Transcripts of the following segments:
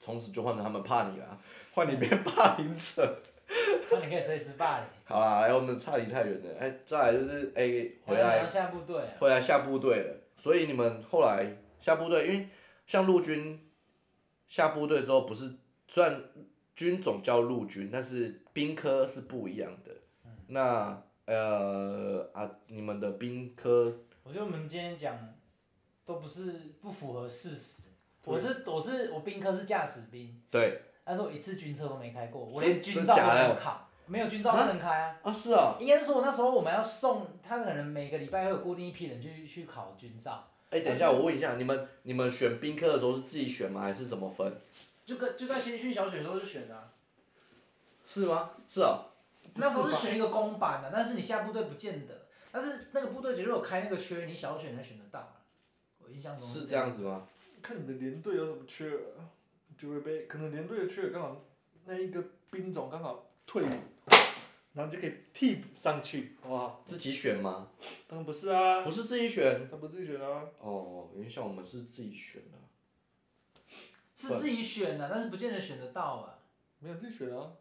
从此就换成他们怕你了，换你变霸凌者。那你可以随时霸凌。 好啦，哎，我们差离太远了。哎，再来就是哎、回来然后下部队啊，后来下部队了，所以你们后来下部队，因为像陆军下部队之后，不是虽然军种叫陆军，但是兵科是不一样的。那呃啊，你们的兵科我觉得我们今天讲都不是不符合事实。我是我是我兵科是驾驶兵，对但是我一次军车都没开过，我真连军照都真假没的有考，没有军照不能开啊。啊是啊，应该是说，我那时候我们要送他，可能每个礼拜会有固定一批人去去考军照，哎、等一下我问一下，你们你们选兵科的时候是自己选吗？还是怎么分？就跟就在新训小学的时候就选了、啊，是吗？是啊，那时候是选一个公版的，但是你下部队不见得，但是那个部队只有开那个缺，你小选才选得到啊。我印象中是这这样。样子吗？看你的连队有什么缺额，就会被可能连队的缺额刚好那一个兵种刚好退伍，然后你就可以替补上去，好不好？自己选吗？当然不是啊，不是自己选他不自己选啊，哦，因为像我们是自己选的。是自己选的，但是不见得选得到啊。没有自己选啊，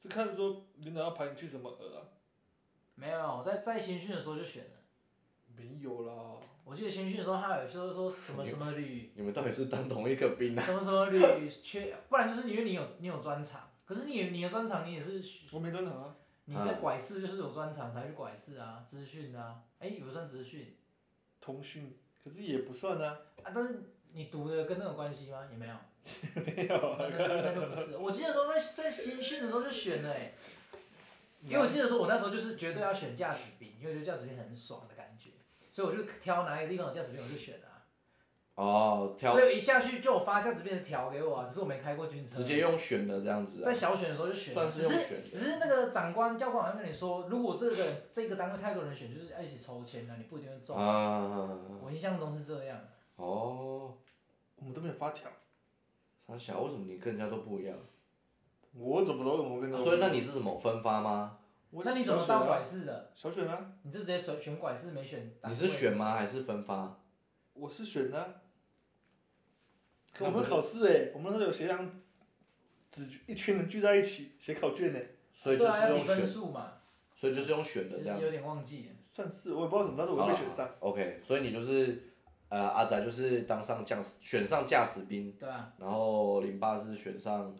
是看说领导要排你去什么额啊，没有，我在在新训的时候就选了。啊没有啦，我记得新训的时候，他有说说什么什 么旅，你们到底是当同一个兵啊？什么什么旅缺，不然就是因为你有你有专长，可是你你的专长你也是我没专场啊，你在拐市就是有专长才去拐市啊，资讯啊，哎、也不算资讯通讯，可是也不算啊，啊，但是你读的跟那有关系吗？也没有，没有那啊，那那就不是。我记得说在在新训的时候就选了哎、因为我记得说我那时候就是绝对要选驾驶兵，因为我觉得驾驶兵很爽的感觉，所以我就挑哪一个地方有驾驶兵我就选啊，哦，挑所以一下去就有发驾驶兵的条给我啊，只是我没开过军车，直接用选的这样子、在啊。小选的时候就选了，算是只用是选只是那个长官教官好像跟你说，如果这个这个单位太多人选，就是要一起抽签了，你不一定会中。啊，我印象中是这样。哦，我们都没有发条，三小，为什么你跟人家都不一样？啊我怎么都我们跟啊着我所以那你是怎么分发吗？我那你怎么小当选啊拐士的？小选啊，你就直接选选拐士，没选单你是位。选吗？还是分发？我是选啊，可那我不们考试哎、我们那时候有协商，只一群人聚在一起写考卷呢、所以就对啊，是要比用分选，数嘛。所以就是用选的其这实样。有点忘记了。算是我也不知道怎么，但是我被选上。啊 OK，所以你就是呃阿仔就是当上驾驶，选上驾驶兵，对啊，然后零八是选上，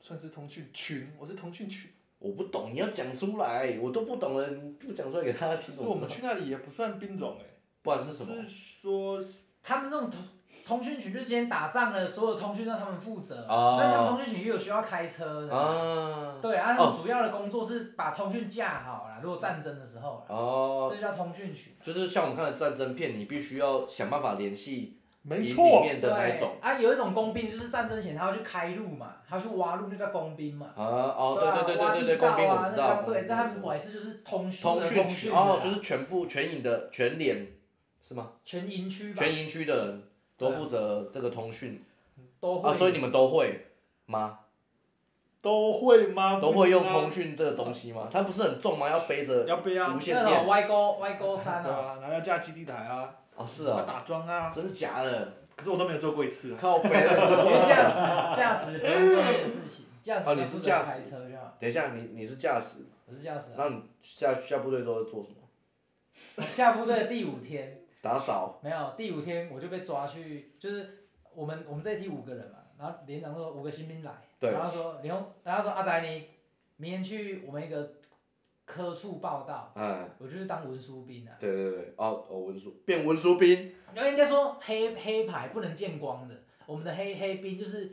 算是通讯群，我是通讯群，我不懂，你要讲出来，我都不懂了，你不讲出来给大家可听，是我怎么们知道去那里也不算兵种哎、不然是什么？是说他们这种通通讯群就是今天打仗了，所有通讯让他们负责。哦但他们通讯群也有需要开车的。啊，对啊，他们主要的工作是把通讯架好了，如果战争的时候啦，哦，这就叫通讯群。就是像我们看的战争片，你必须要想办法联系没里错，面的那一种对啊，有一种工兵就是战争前他要去开路嘛，他要去挖路，那叫工兵嘛。啊，哦，啊对对挖对对对，地工道兵我啊，知那道，个对，工兵但他们我知道管是就是通讯通的讯通区讯哦的，就是全部全营的全连是吗？全营区吧，全营区的人都负责这个通讯都啊，会。所以你们都会吗？都会吗？都会用不一定啊通讯这个东西吗？它不是很重吗？要背着要背啊无，那线种电歪沟歪沟对山啊，啊，然后要架基地台啊，哦，是要啊，打桩啊，真的假的？可是我都没有做过一次啊。靠背了。因为驾驶驾驶不用专业的事情，驾驶哦你是负责驾驶开车就好，等一下，你你是驾驶，我是驾驶啊。那你下下部队之后做什么？我下部队的第五天，打扫。没有第五天我就被抓去，就是我们我们这一梯五个人嘛，然后连长说五个新兵来，对然后说连红，然后说阿仔你明天去我们一个科处报道，嗯，我就去当文书兵啊。对对对，哦哦，文书变文书兵。那应该说黑黑牌不能见光的，我们的黑黑兵就是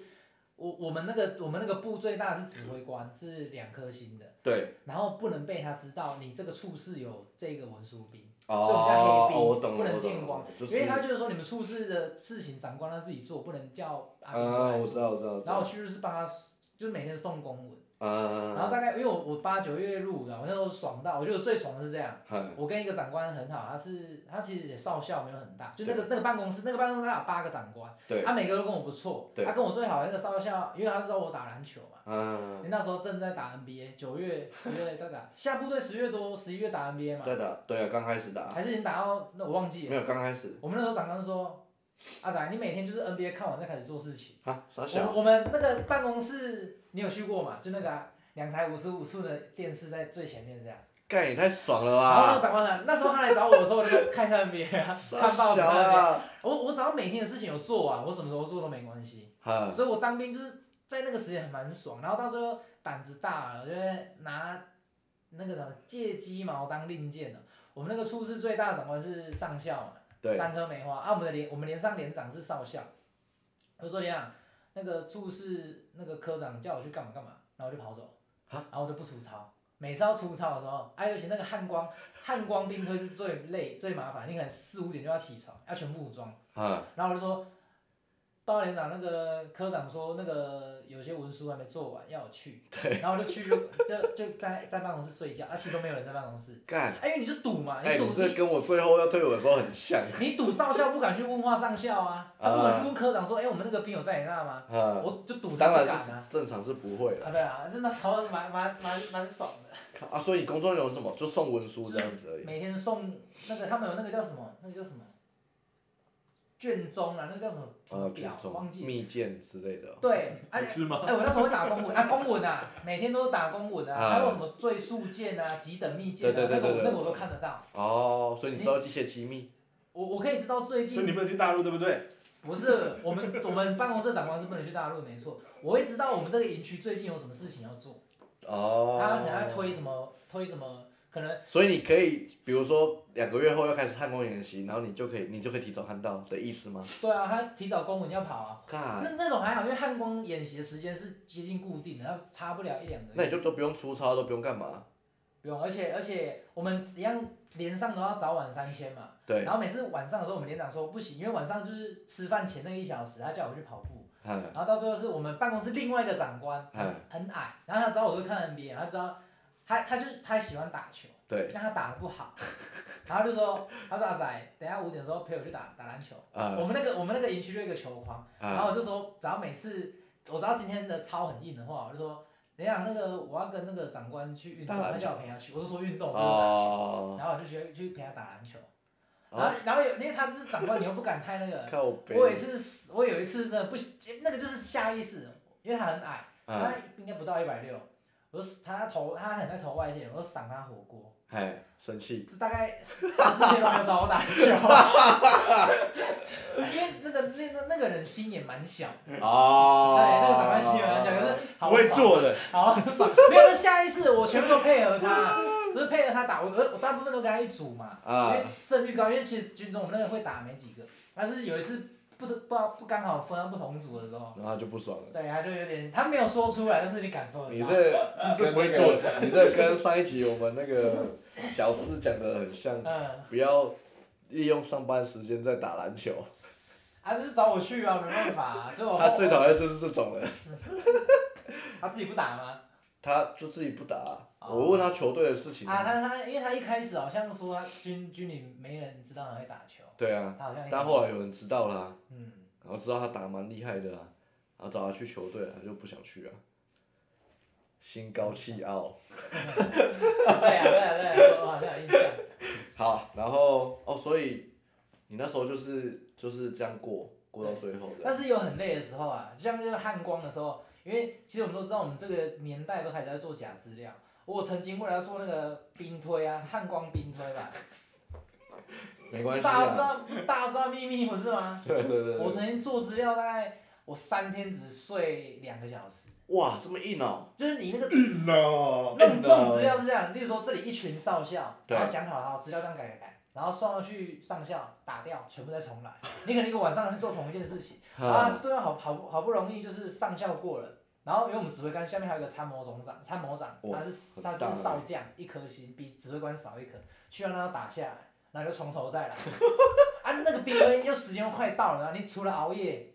我我们那个我们那个部最大的是指挥官，是两颗星的，对。然后不能被他知道你这个处室有这个文书兵，哦所以我们叫黑兵，哦，我懂了，不能我见懂了光，，就是。因为他就是说你们处室的事情长官他自己做，不能叫阿兵过嗯，来我知做。道，我知道，我知然道后我。去就是帮他，就是每天送公文，嗯。然后大概因为我我八九月入伍的，我那时候爽到，我觉得我最爽的是这样。嗯我跟一个长官很好，他是他其实也少校没有很大，就那个那个办公室，那个办公室他有八个长官，对他每个都跟我不错，对他跟我最好的那个少校，因为他知道我打篮球嘛，嗯，那时候正在打 NBA，九月、十月在打，下部队十月多、十一 月打 NBA 嘛，在打，对啊，刚开始打，还是已经打到那我忘记了。没有刚开始。我们那时候长官说，阿仔，你每天就是 NBA 看完再开始做事情。啊，傻我小，我们那个办公室，你有去过吗？就那个啊两、台五十五寸的电视在最前面这样。干也太爽了然后那吧！个长官来，那时候他来找我的时候，我就看一下 NBA 啊，傻哦看报纸小看 NBA。啊！我我只要每天的事情有做完，我什么时候做都没关系。哈，所以我当兵就是在那个时间还蛮爽，然后到最后胆子大了，就会拿那个什么借鸡毛当令箭了。我们那个处室最大的长官是上校嘛，对，三颗梅花啊，我们的连我们连上连长是少校，我就说连长，那个处室那个科长叫我去干嘛干嘛，然后我就跑走，啊然后我就不出操。每次要出操的时候，哎、啊，尤其那个汉光汉光兵科是最累最麻烦，你可能四五点就要起床，要全副武装。哈，然后我就说，报告连长，那个科长说那个有些文书还没做完，要我去。对然后我就去就就就在在办公室睡觉，啊，其实都没有人在办公室，干，哎、因为你就赌嘛，哎，赌、你这跟我最后要退伍的时候很像。你赌少校不敢去问话上校啊，他不敢去问科长说，哎、我们那个兵有在你那吗？哈，我就赌他当不然敢啊。是正常是不会了。啊，对啊，真的超蛮蛮蛮蛮爽的，靠啊，所以你工作内容是什么？就送文书这样子而已。每天送那个他们有那个叫什么，那个叫什么卷宗啊，那个叫什么什么呃，表卷，宗忘、记了。密件之类的。对， 哎、你吃吗？哎、我那时候会打公文啊，公文啊，每天都打公文啊，啊还有什么罪数件啊、几等密件啊，对对对对那个我对那个我都看得到。哦，所以你知道这些机密？我我可以知道最所以你近不能去大陆，对不对？不是我们我们办公室长官是不能去大陆，没错，我会知道我们这个营区最近有什么事情要做，哦。他可能在推什么推什么，可能所以你可以，比如说两个月后要开始汉光演习，然后你就可以，你就可以提早看到的意思吗？对啊，他提早公文要跑啊，干，那那种还好，因为汉光演习的时间是接近固定的，它差不了一两个月。那你就都不用出操，都不用干嘛？不用，而且而且我们一样连上都要早晚三千嘛。对，然后每次晚上的时候，我们连长说不行，因为晚上就是吃饭前那一小时，他叫我去跑步。嗯然后到最后是我们办公室另外一个长官，嗯，很矮，然后他知道我会看 NBA，他知道他他就是他喜欢打球，对，但他打的不 好，然后就说他说阿仔，等一下五点的时候陪我去打打篮球。啊我们那个我们那个营区就有一个球框。然后啊，我就说，然后每次我知道今天的操很硬的话，我就说，你想那个我要跟那个长官去运动，打篮他球叫我陪他去，我就说运动，哦，然后我就去去陪他打篮球，哦然后然后有因为他就是长官，你又不敢太那个，靠背，我有一次我有一次真的不行，那个就是下意识，因为他很矮，他嗯，应该不到一百六，我就他投他很在投外线，我就赏他火锅，哎，生 气，这大概三四天都没有找我打球， 因为那个那那那个人心也蛮小。哦，对，哎那个长官心有来讲，可是好啊不会爽，做的，好爽。没有，那下意识我全部都配合他，不是配合他打，我我我大部分都跟他一组嘛，因啊为胜率高，因为其实军中我们那个会打没几个，但是有一次不得不知道不刚好分到不同组的时候，然后就不爽了。对，他就有点他没有说出来，但是你感受得你到。这是跟不会那做个，你这跟上一集我们那个小四讲的很像，嗯，不要利用上班时间在打篮 球。他就是找我去啊，没办法、啊，所以我他最讨厌厌就是这种人，他自己不打吗？他就自己不打啊、哦我问他球队的事情，啊，他他因为他一开始好像说他军军里没人知道他会打球，对啊，他好像一开但始后来有人知道啦、嗯。然后知道他打蛮厉害的啊，然后找他去球队啊，他就不想去啊，心高气傲。 对啊，对啊，对啊，我好像有印象。好，然后哦，所以你那时候就是就是这样过过到最后的，但是有很累的时候啊，就像就是汉光的时候，因为其实我们都知道，我们这个年代都开始在做假资料。我曾经为了要做那个冰推啊，汉光冰推吧，没关系大家知啊。道大家知道秘密不是吗？ 对对对我对，曾经做资料，大概我三天只睡两个小时，哇，这么硬哦，就是你那个那弄硬的啊哦弄资料是这样，例如说这里一群少校，对然后讲好了，好资料这样改改改，然后送上去上校打掉，全部再重来。你可能一个晚上会做同一件事情。啊，对啊，好好不好不容易就是上校过了，然后因为我们指挥官下面还有一个参谋总长，参谋长哇他是很他大是欸少将，一颗星比指挥官少一颗，去让他打下来，然后就从头再来。 啊，那个兵员又时间又快到了，然后你除了熬夜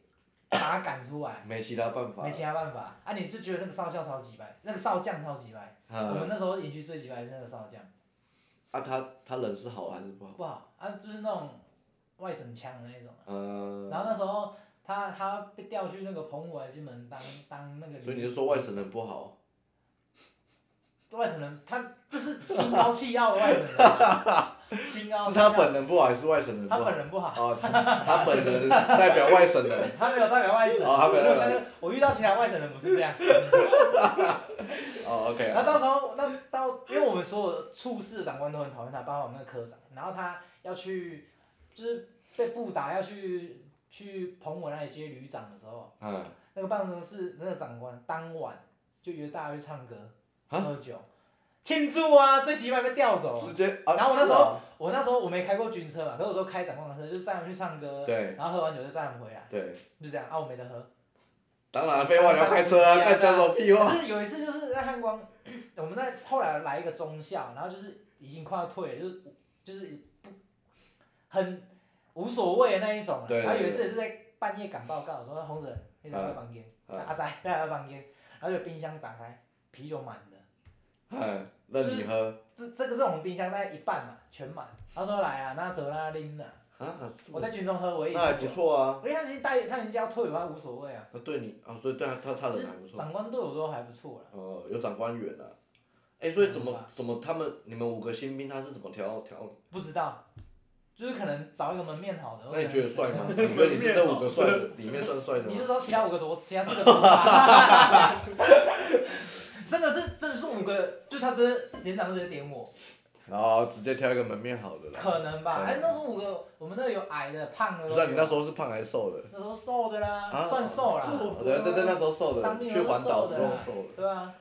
把他赶出来，没其他办法没。其他办法。啊，你就觉得那个少校超级白，那个少将超级白。我们嗯，那时候营区最级白的是那个少将，啊，他他人是好还是不好？不好啊，就是那种外省腔的那种。嗯，然后那时候他他被调去那个澎湖还是金门当当那个旅，所以你是说外省人不好？外省人，他就是心高气傲的外省人。 新奥是他本人不好还是外省人不嗯他好？本人不好，哦，他他本人代表外省人，他没有代表外省。啊哦他没有代表我相信我遇到其他外省人不是 这样。哦，OK，然后到时候，那到因为我们所有处室的长官都很讨厌他，包括我们那个科长，然后他要去，就是被布达要去去彭伟那里接旅长的时候，嗯，那个办公室那个长官当晚就约大家去唱歌、啊喝酒、庆祝啊，最起码被调走啊直。接啊，然后我那是时候啊我那时候我没开过军车嘛，可是我都开长官的车，就是载他们去唱歌，对哦然后喝完酒就载他们回来，对，就这样啊，我没得喝。当然废话，你要开车啊，干讲什么屁 话？可是有一次就是在汉光，我们在后来来一个中校，然后就是已经快要退了，就是就是不很无所谓的那一种啊。对对然后有一次也是在半夜赶报告的时候，红人你来我房间，嗯阿仔来我房间，然后就冰箱打开，啤酒满的，嗯，任你喝这这个是我们冰箱大概一半嘛，全满。他说来啊，那走啦，拎啦。啊，这我么在军中喝，我也那还不酒。错啊，因为他其实待他已经要退伍，他无所谓啊。那对你啊，所以对他他他其人还不实错，长官对我都还不错了。哦，有长官员啊，哎，所以怎嗯么吧怎么他们你们五个新兵他是怎么调调你？不知道，就是可能找一个门面好的。那你或者觉得帅吗？你觉得你是这五个帅 的里面算帅的 你就吗？知道其他五个多，其他四个多差。 真的是，真的是五个，就他直接连长就直接点我，然后直接挑一个门面好的啦。可能吧？可能哎、那时候五个，我们那有矮的、胖的。不是、啊、你那时候。候是胖还是瘦的？那时候瘦的啦，啊算瘦啦，我对对对，那时候瘦当的，兵的去环岛之后都是瘦的。对啊。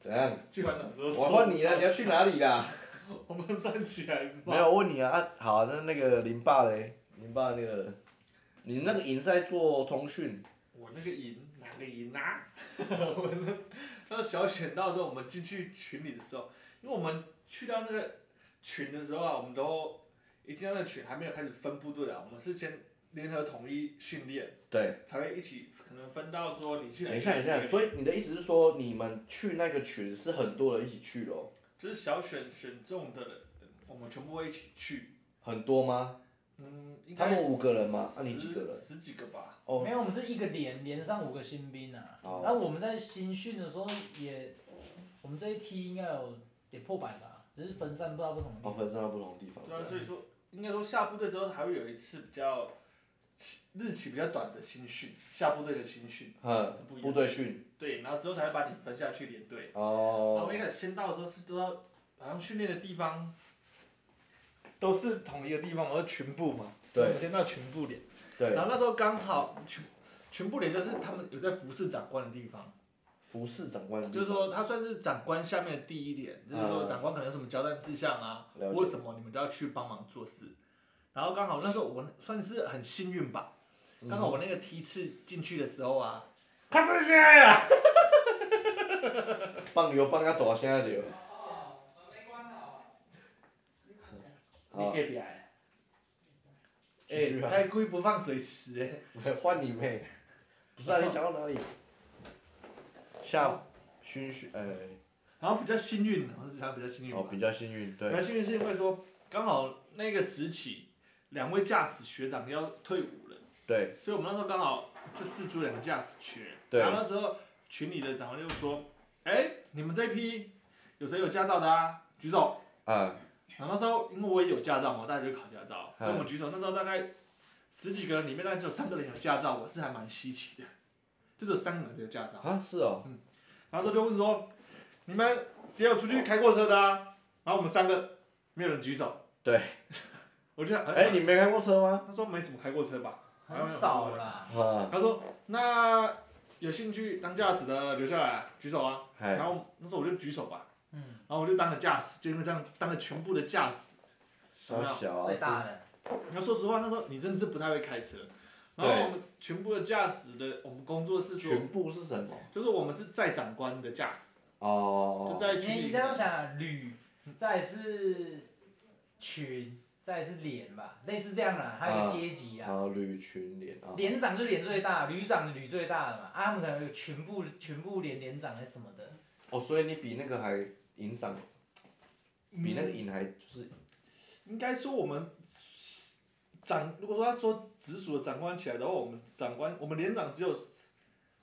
怎样？去完了之后，我问你了，你要去哪里啦？ 我们站起来吗？没有，我问你啊啊！好，那那个林爸嘞，林爸那个，你那个营是在做通讯，我那个营哪个营啊？ 我那那个小选到时候我们进去群里的时候，因为我们去到那个群的时候啊，我们都一进到那个群还没有开始分部队啊，我们是先联合统一训练，对。才会一起可能分到说你去哪等个一下，等群一下，所以你的意思是说，你们去那个群是很多人一起去哦咯？就是小选选中的人，我们全部会一起去。很多吗？嗯，应他该们五个人吗十啊你几个人十几个吧。哦，没有，我们是一个连连上五个新兵啊。哦那我们在新训的时候也，我们这一梯应该有也破百吧，只是分散不到不同的地哦，方。分散到不同的地方。对啊，所以说应该说下部队之后还会有一次比较期日期比较短的新训，下部队的新训嗯，是不一部样。队训对，然后之后才会把你分下去连队。然后哦我一开始先到的时候是都要，好像训练的地方都是同一个地方，我说群部嘛，对我们先到群部连。对然，后那时候刚好群群部连就是他们有在服侍长官的地方，服侍长官的地就方，是说他算是长官下面的第一点，就是说嗯长官可能有什么交代事项啊，了为解什么你们就要去帮忙做事？然后刚好那时候我算是很幸运吧，嗯刚好我那个梯次进去的时候啊，他是现在啊，放牛放到大声了对。你好，给别哎，哦继续啊还故意不放水池哎、换你妹！不是啊，你讲到哪里？下勋勋，哎，然后比较幸运，我是讲比较幸运吧哦，，比较幸运，比对较，幸运是因为说刚好那个时期两位驾驶学长要退伍了。对，所以我们那时候刚好就试出两个驾驶缺，对然后那时候群里的长官就说：“哎、你们这一批有谁有驾照的啊？举手。啊，”然后那时候因为我也有驾照嘛，大家就考驾照，嗯所以我们举手。那时候大概十几个人里面，大概只有三个人有驾照，我是还蛮稀奇的，就只有三个人有驾照。啊，是哦，然后他就问说：“你们谁有出去开过车的啊？”然后我们三个没有人举手。对。我就想，哎、哎，你没开过车吗？他说没怎么开过车吧？很少啦，啊，他说：“那有兴趣当驾驶的留下来，举手啊。”哎，然后那时候我就举手吧，嗯，然后我就当了驾驶，就因为这样当了全部的驾驶。小小最大啊，的。你要说实话，那时候你真的是不太会开车。然后我们全部的驾驶的，我们工作是说，全部是什么？就是我们是在长官的驾驶，就哦，在群你里你这样想，啊旅，再来是群，再来是连吧，类似这样啦，还有一啊个阶级啊。然后旅群联啊，连长就连最大，旅长就旅最大的嘛，啊，他们可能有群部群部连连长还是什么的，哦，所以你比那个还营长，嗯比那个营还就是应该说我们长，如果说他说直属的长官起来的话，我们长官我们连长只有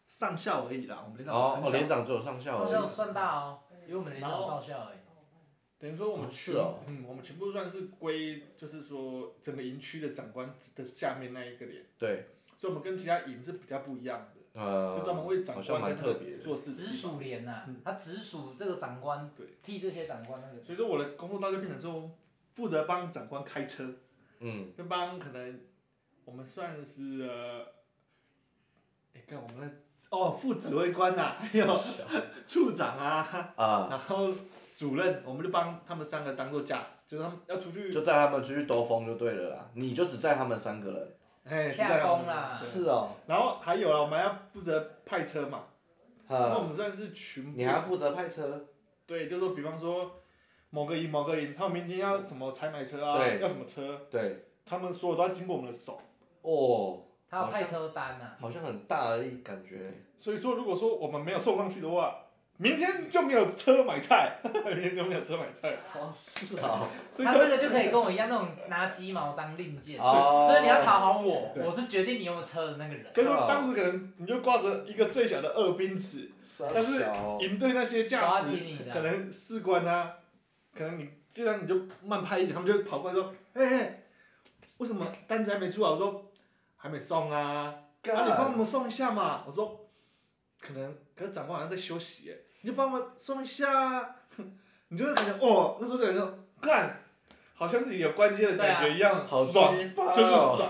上校而已啦，我们连长哦很哦，小连长只有上校少而校已，算大哦，因为我们连长然后少校而已。等于说我们哦全、是哦嗯，我们全部算是归，就是说整个营区的长官的下面那一个连，对，所以我们跟其他营是比较不一样的，呃就，专门为长好像官蛮跟特别的。做事直情。属连呐、嗯他直属这个长官对，替这些长官那个。所以说我的工作到就变成说，负责帮长官开车，嗯，就帮可能我们算是呃，哎、看我们的哦副指挥官呐、 还有处长啊，啊，然后主任，我们就帮他们三个当做驾驶，就是他们要出去，就载他们出去兜风就对了啦。你就只载他们三个人。哎，洽就这样公啦对是哦，然后还有啊，我们还要负责派车嘛，那、啊，我们算是群部你，还负责派车？对，就说比方说某个营某个营，他们明天要什么采买车啊，对要什么车，对，他们所有都要经过我们的手。哦，他要派车单呐、啊好像很大的一感觉。所以说，如果说我们没有送上去的话，明天就没有车买菜， 明天就没有车买菜。哦，是 啊。所以他这个就可以跟我一样那种拿鸡毛当令箭，哦所以你要讨好我，对我是决定你有没有车的那个人。所以说当时可能你就挂着一个最小的二兵尺，但是傻小营队那些我要驾驶听你的，可能士官啊，可能你这样你就慢拍一点，他们就跑过来说，哎、哎，为什么单子还没出啊？我说还没送啊，那、干你帮我们送一下嘛。我说可能可是长官好像在休息耶，你就帮我们送一下啊， 你就会感觉哦，那时候就感觉说干，好像自己有关机的感觉一样，好爽，鸡巴哦就是爽，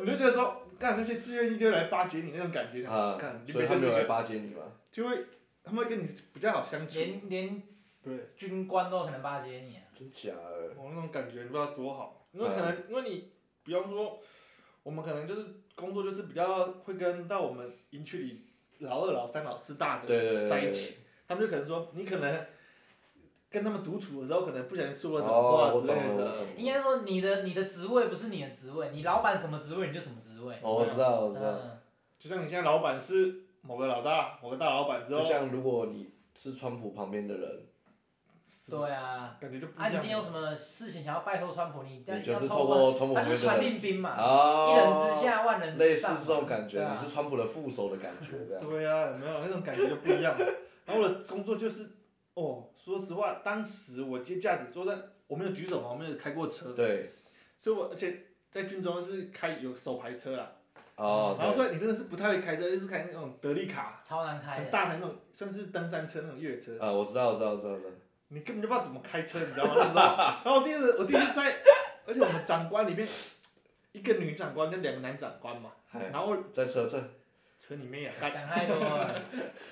你就觉得说干那些志愿役就会来巴结你那种感觉，啊干，你所每以他天没就有是来一个巴结你吗？就会他们会跟你比较好相处。连连对，军官都有可能巴结你、啊。真假的？我那种感觉你不知道多好，啊因为可能因为你，比方说，我们可能就是工作就是比较会跟到我们营区里老二、老三、老四大对对对的对在一起，他们就可能说你可能跟他们独处的时候，可能不小心说了什么哦话之类的，应该说你的你的职位不是你的职位，你老板什么职位你就什么职位。哦，我知道，我知道。嗯，就像你现在老板是某个老大、某个大老板之就后，像如果你是川普旁边的人，是不是对啊。感觉就不一啊，样。你今天有什么事情想要拜托川普？你但你就要是透透过川普他旁就边是传的人，令兵嘛，啊，一人之下万人类之似上嘛。这种感对觉，啊你是川普的副手的感觉，这样。对啊呀、有没有那种感觉就不一样了。 然后我的工作就是，哦，说实话，当时我接驾驶，说真的，我没有举手嘛，我没有开过车，对，所以我而且在军中是开有手排车啦。哦，然后对所以你真的是不太会开车，就是开那种德利卡，超难开很的，大的那种，算是登山车那种越野车，呃，我知道，我知道，我知道，我知道你根本就不知道怎么开车，你知道吗？ 那时候然后我第一次，我第一次在，而且我们长官里面，一个女长官跟两个男长官嘛，嗨然，后在车这，车里面也干。想太多 了。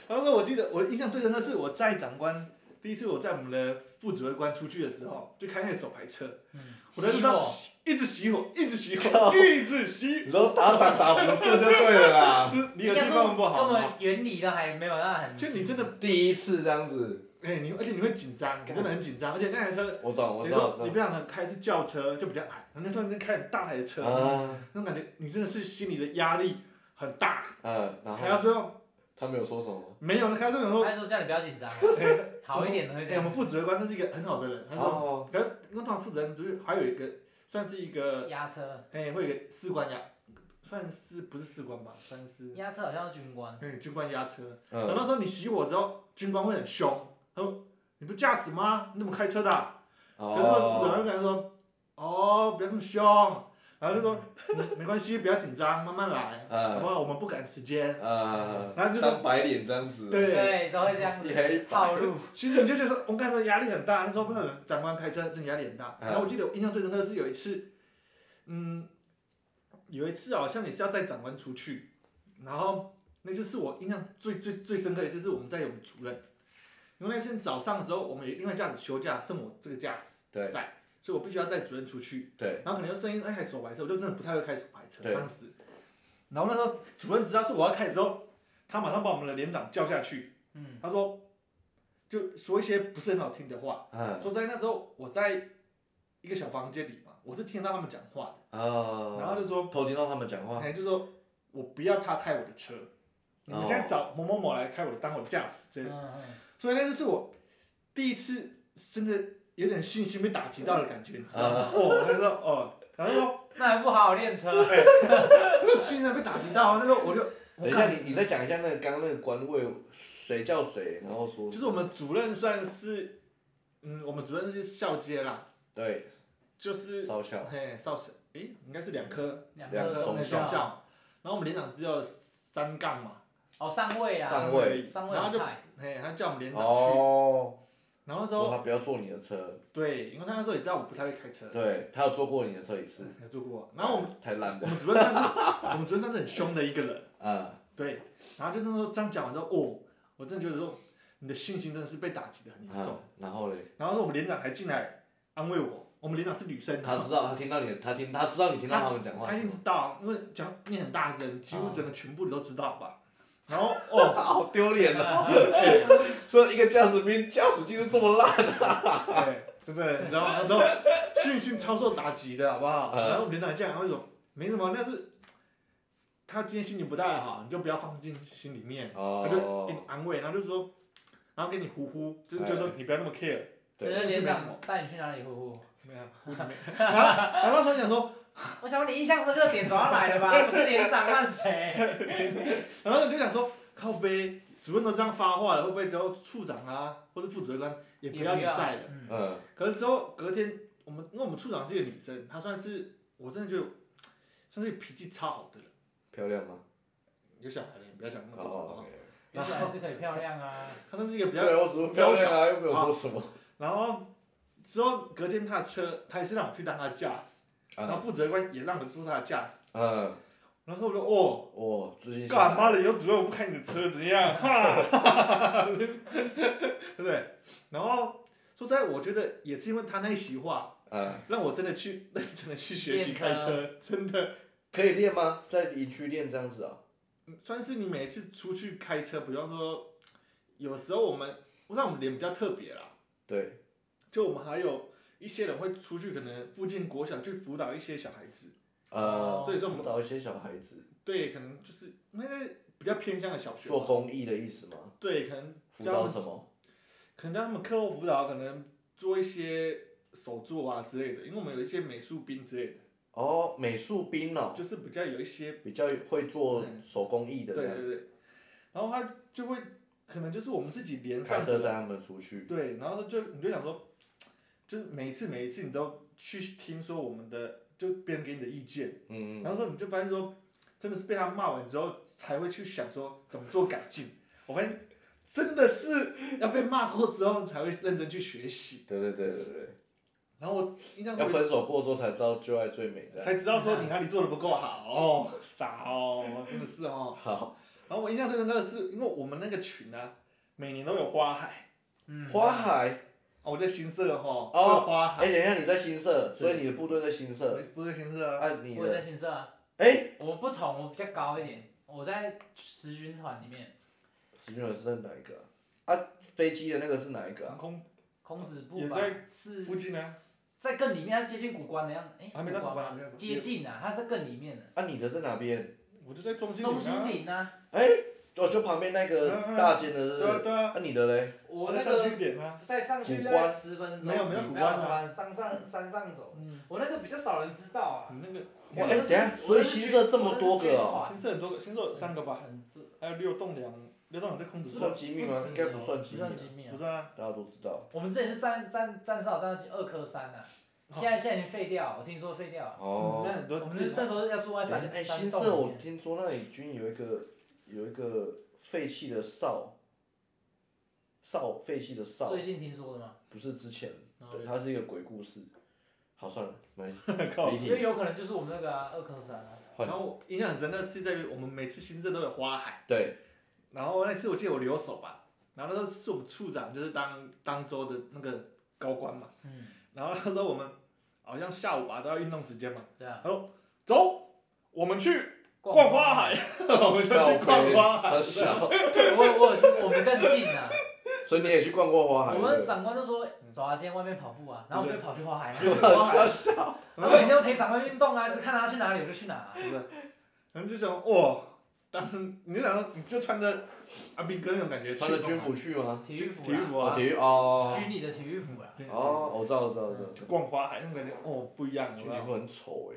然后我记得我印象最深的是我在长官第一次我在我们的副指挥官出去的时候，就开那个手排车，嗯我在路熄上火一直熄火，一直熄 哦火，一直熄，你说打打打不是就对了啦。就是你应有地该方说不好根吗？本原理都还没有那很就清楚。你真的第一次这样子，哎、你而且你会紧张，你真的很紧张，而且那台车，我懂，哎我你知道，说我你知不想能开是轿车就比较矮，然后突然间开很大台的车，道。啊，那种感觉你真的是心里的压力很大，嗯，然开到后哎最后他没有说什么。没有了，开到最后 他说叫你不要紧张啊，好一点的哎、会这我样们。副指挥官他是一个很好的人，他说。哦，可是因为他们负责人就是还有一个算是一个压车，哎、会有一个士官压，算是不是士官吧，算是压车好像是军官。哎、军官压车。然后嗯，那时候你熄火之后，军官会很凶，他说你不是驾驶吗？你怎么开车的啊、可是那个副哦，长就跟他说，哦，不要这么凶。然后就说嗯没没关系，不要紧张，慢慢来，好不嗯，好？我们不赶时间。呃，然后就说当白脸这样子。对对，都会这样一黑一白子套路。其实你就觉得说，我刚才压力很大，那时候不是有长官开车，真的压力很大。嗯然后我记得我印象最深刻的是有一次，嗯，有一次好像也是要带长官出去，然后那次是我印象最最最深刻的一次，是我们在我们主任，因为那天早上的时候，我们有另外驾驶休假，剩我这个驾驶对在，所以我必须要带主任出去，对，然后可能又声音哎手排车，我就真的不太会开手排车对当时，然后那时候主任知道是我要开的时候，他马上把我们的连长叫下去。嗯，他说，就说一些不是很好听的话。嗯，说在那时候我在一个小房间里嘛，我是听到他们讲话的，哦，然后就说，偷听到他们讲话。哎，就说我不要他开我的车，你们现在找某某某来开我的当我的驾驶之类嗯的。嗯，所以那次是我第一次真的有点信心被打击到的感觉，你知道吗？哦，那时候哦，然后说那还不好好练车？啊那个心呢被打击到，那时候我就我等一下，看，你你再讲一下那个刚刚那个官位，谁叫谁，然后说就是我们主任算是嗯，我们主任是校街啦，对，就是少校，嘿少校，诶，应该是两科，两两个个中中校校，校，然后我们连长只有三杠嘛，哦，上位啊，上位位上位然有后就菜，嘿，他叫我们连长去，哦，然后那时说候他不要坐你的车，对，因为他那时候也知道我不太会开车，对他有坐过你的车一次，有做过，然后我们太烂的，我们主任他是，我们主任他是很凶的一个人。啊，对，然后就那时候这样讲完之后，哦，我真的觉得说你的心情真的是被打击的很严重。啊然后嘞，然后我们连长还进来安慰我，我们连长是女生，他知道他听到你的，他听他知道你听到他们讲话他，一定知道，因为讲念很大声，几乎整个全部都知啊道吧。然后 哦，好丢脸啊！ 哎说一个驾驶兵驾驶技术这么烂，对，真的，你知道吗？然后心情超受打击的好不好？嗯然后我们连长这样，然后说没什么，那是他今天心情不太好，你就不要放进心里面。他就哦给你，安慰，然后就说，然后给你呼呼，就是就说你不要那么 care。所对以这是连没什长么带你去哪里呼呼？没有，然后然后他想说，我想问你印象深刻的点总要来了吧？不是连长那谁？然后你就想说，靠背，主任都这样发话了，会不会只要处长啊，或者副主任官也不要你在了？嗯嗯，可是之后隔天，我们因为我们处长是一个女生，她算是我真的觉得嗯算是脾气超好的人。漂亮吗？有小孩了，你不要想那么多。好不哦好，你还是可以漂亮啊。她算是一嗯个比比较，较我只是漂亮啊，又没有说什么。然后之后隔天她的车，她也是让我去当她的驾驶，然后嗯副主任官也让我做她的驾驶。嗯，然后我就哦，我自信心干妈的，以后主任我不开你的车怎样？哈，对不对？然后说实在，我觉得也是因为他那一席话，嗯，让我真的去 认真的去学习练车开车，真的可以练吗？在营区练这样子啊？嗯算是你每次出去开车，比方说，有时候我们，让我们脸比较特别啦，对，就我们还有一些人会出去，可能附近国小去辅导一些小孩子，呃，对这种辅导一些小孩子对，可能就是那个比较偏向的小学嘛，做公益的意思吗？对，可能辅比较导什么？可能让他们课后辅导，可能做一些手作啊之类的，因为我们有一些美术兵之类的，哦，美术兵哦，就是比较有一些比较会做手工艺对的这样，对对，然后他就会可能就是我们自己连开上车载他们出去。对，然后就你就想说，就是每一次每一次你都去听说我们的，就别人给你的意见，嗯，然后说你就发现说，真的是被他骂完之后才会去想说怎么做改进，我发现真的是要被骂过之后才会认真去学习，对对对对对，然后我印象要 中。分手过之后才知道旧爱最美这样。才知道说你哪里做的不够好哦，傻哦，真的是哦。好，然后我印象最深刻的是，因为我们那个群啊，每年都有花海，嗯，花海，哦，我在新社哈，哦会有花海，哎，等一下你在新社，对所以你的部队在新社，不是新社啊，啊，你我也在的，新社啊，哎，我不同，我比较高一点，我在十军团里面，石俊文是在哪一个啊？啊，飞机的那个是哪一个航啊？空孔子部也吧在，是附近啊，在更里面，它接近古关的样子，哎，还是没到古古关关吗？啊，接近啊，它在更里面的，啊，你的在哪边？我就在中心中心啊，岭啊，哎，哦，就旁边那个嗯嗯大间的，对不对啊对？对啊，啊，你的嘞？我在那上个去一点啊，再上去古大关概十分钟，没有没有嗯古没有关啊往山上山上走，嗯，我那个比较少人知道啊，你那个哇，我哎，那等是一下，所以新社这么多个哦，哇新社很多个，新社有三个吧，很多还有六栋梁，六栋梁在空子算算，机密吗？应该不算机不密算啊，机密啊不。算啊，大家都知道。我们之前是站站站哨站到几二科三啊，哦现在现在已经废掉，我听说废掉了。那哦，很多啊我们那嗯那时候要住在山哎，山新洞社里我面，听说那里军有一个有一个废弃的哨，哨废弃的哨最，近听说的嘛，不是之前，哦对，它是一个鬼故事。好，算了， 没关系靠离因为题。有可能就是我们那个啊二科三啊，换然后我印象很深的是在于我们每次新社都有花海。对，然后那次我记得我留守吧，然后那时候是我们处长，就是当当周的那个高官嘛。嗯，然后那时候我们好像下午吧都要运动时间嘛，对啊，走，我们去逛花海， 我们就去逛花海。 靠北傻小， 对，我有我有去，我们更近啊，所以你也去逛过花海？我们长官就说走啊，今天外面跑步啊，然后我们对就跑去花海嘛，嗯 对不对花傻海小，然后每天都陪长官运动啊，就看他去哪里我就去哪啊，然后就想哇，当你就想说你就穿着阿兵哥那种感觉，穿着去军逛服去吗？体育服体育啊，服哦，啊，体育哦。军里的体育服啊，对哦，我知道，我知道，我知道。就逛花海那种感觉，哦，不一嗯样，有军没体有服很丑哎、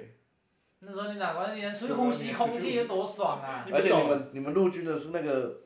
那时候你哪管你能出去呼吸空气多爽啊，你不而且你懂们你们陆军的是那个，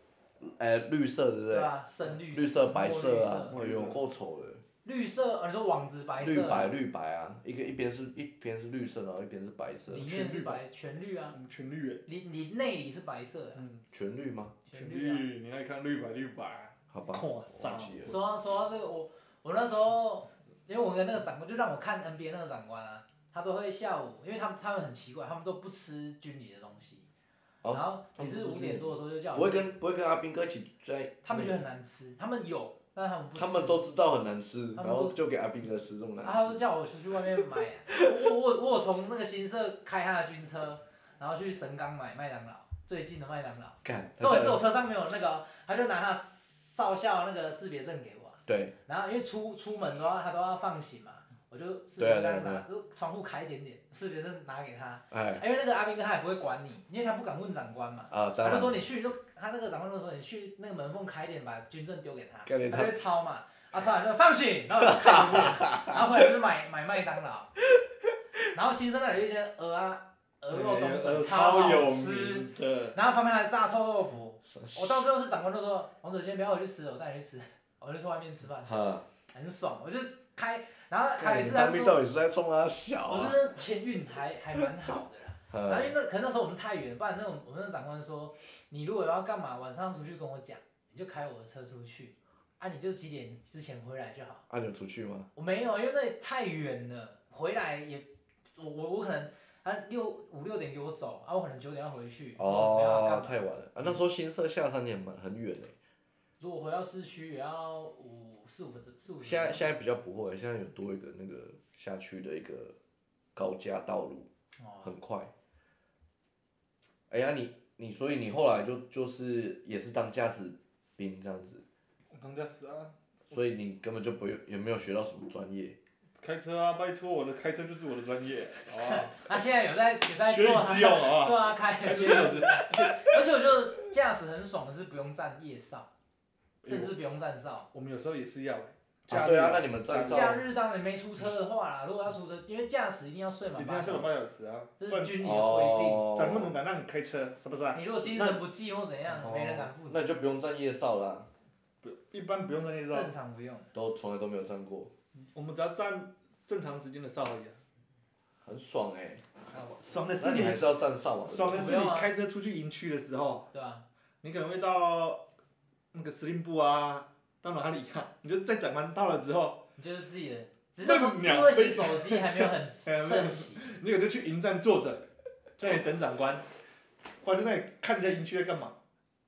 呃，绿色对不对对？吧？深绿绿色、白墨绿色啊，墨哎绿色呦，够丑的。绿色，呃，你说网子白色，绿白绿白啊，一个一边是一边是绿色，然后一边是白色，啊里面全是绿吧白，全绿啊，嗯全绿耶，里里内里是白色的啊，全绿吗？全全绿啊。绿，你来看绿白绿白，好吧，哇忘记了。说到说到这个，我我那时候，因为我跟那个长官，就让我看 NBA 那个长官啊，他都会下午，因为他们他们很奇怪，他们都不吃军里的东西，哦然后他也们是不吃五点多的时候就叫不会我，跟不会跟阿兵哥一起在，他们觉得很难吃，他们有，但他们不吃。他们都知道很难吃，他然们都啊后就给阿兵哥吃这种然后他难就吃。叫我出去外面买、啊我我我我从那个新社开他的军车，然后去神冈买麦当劳，最近的麦当劳。干，他重点在是我车上没有那个哦，他就拿他少校那个识别证给我，啊对，然后因为出出门的话他都要放行嘛，我就识对别啊对啊证对拿，啊就窗户开一点点，识别证拿给他，哎因为那个阿兵哥他也不会管你，因为他不敢问长官嘛。啊，当他就然，说你去就他那个长官就说你去那个门缝开一点，把军证丢给他，给他他就会抄嘛。啊，抄完就放行，然后我就看一遍，然后回来就买买麦当劳，然后新生那里有一些鹅啊鹅肉哎冬粉超哎超有好吃，名的，然后旁边还有炸臭豆腐，我到最后是长官都说王子先不要回去吃了，我带你去吃，我就去外面吃饭，哈，很爽，我就开，然后还有看一哎你次他当就兵说，到底是在冲他小我啊？嗯是哎前运还还蛮好的啦。然后哈因为那可能那时候我们太远，不然那种我们那长官说，你如果要干嘛，晚上出去跟我讲，你就开我的车出去，啊，你就几点之前回来就好。啊，你有出去吗？我没有，因为那里太远了，回来也，我我我可能啊六五六点给我走，啊我可能九点要回 去，没办法干哦，嘛。太晚了啊！那时候新社下山也蛮很远的，如果回到市区也要五四五分钟，四五分现在钟。现在比较不会，现在有多一个那个下去的一个高架道路，哦，很快。哎呀，你你所以你后来就就是也是当驾驶兵这样子，我当驾驶啊，所以你根本就不用也没有学到什么专业。开车啊，拜托，我的开车就是我的专业，好不好？他、啊现在有在有在学以做啊致哦用啊，做啊开开的车学驾习，驶， 而且我觉得驾驶很爽的是不用站夜哨，哎甚至不用站哨。 我们有时候也是要，啊，假对啊，日那你们在假日当然没出车的话啦，如果要出车，因为驾驶一定要睡满一定八要小睡满八时，小时啊，这不是然军里的规定。哦，咱们怎么敢让你开车？是不是啊？你如果精神不济或怎哦样，没人敢负哦那责你。就不用站夜哨啦，不，一般不用站夜哨，正常不用，都从来都没有站过，我们只要站正常时间的哨而已啊。很爽哎、爽的那是你你，还是要站哨嘛。对不对爽的是你开车出去营区的时候，哦对啊吧？你可能会到那个司令部啊，到哪里啊？ 你就在长官到了之后，你就是自己的，只是那时候智慧型手机还没有 很盛行，你可能就去营站坐着，在那里等长官，不然就在那里看人家营区在干嘛。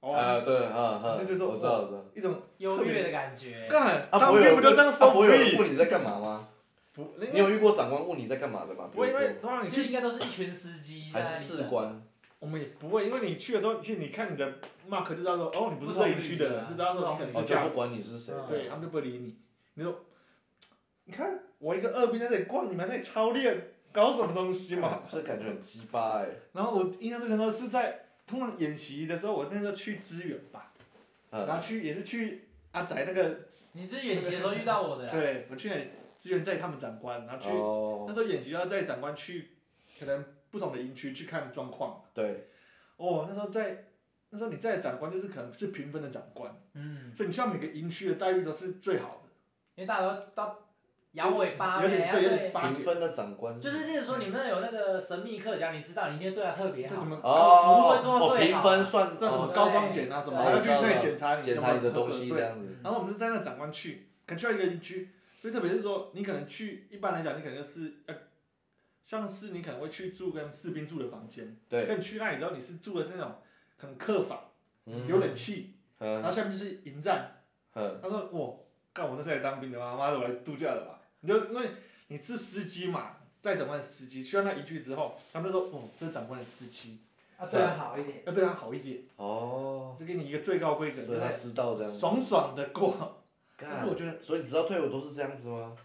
哦，啊，对啊，啊这就是我知道，我知道。一种优越的感 觉。干，啊，当不会有人兵不就这样啊收不会有人费？问你在干嘛吗？不，你因为有遇过长官问你在干嘛的吗？不会，因为比通常你其实去，应该都是一群司机如说在还那是里士等，官，我们也不会，因为你去的时候，其实你看你的 mark 就知道说，哦，你不不是同这营区的领域的人，啊就知道说你可能哦，是就驾不驶。管你是谁。对他们就不会理你。你说，你看我一个二兵在这里逛，你们还在操练，搞什么东西嘛？ 这感觉很鸡巴哎。然后我印象最深刻是在通常演习的时候，我那时候去支援吧，然嗯，后去也是去阿仔那个，你这演习的时候遇到我的啊啦，对，我去那里支援在他们长官，然后去、那哦，时候演习要在长官去，可能不同的营区去看状况。对，哦，那时候在。那时候你在的长官就是可能是评分的长官，嗯，所以你去到每个营区的待遇都是最好的。因为大家都到摇尾巴有呗，点啊对有点对，八评九分的长官就是例如说你们那有那个神秘客讲，你知道你一定对他特别这好什。么啊哦，服务会做到哦，最评好分算对什么哦，高装检啊什么，还要去那里检查你检有查没有你的合格东西这对，样子。然后我们就在那长官去，可能去到一个营区，所以特别是说，你可能去一般来讲，你可能就是呃，像是你可能会去住跟士兵住的房间，对，但去那里之后你是住的是那种可能客房，嗯有冷气，然后嗯下面就是营站。嗯，他说我干我那是来当兵的吗？妈的我来度假的吧？你就因为你是司机嘛，在长官的司机去到那营区之后，他们就说哦，这是长官的司机，啊，对他好一点。要对他好一点，哦，就给你一个最高规格，所以对他不知道这样对？子。爽爽的过。但是 干我，觉得所以你知道退伍都是这样子吗？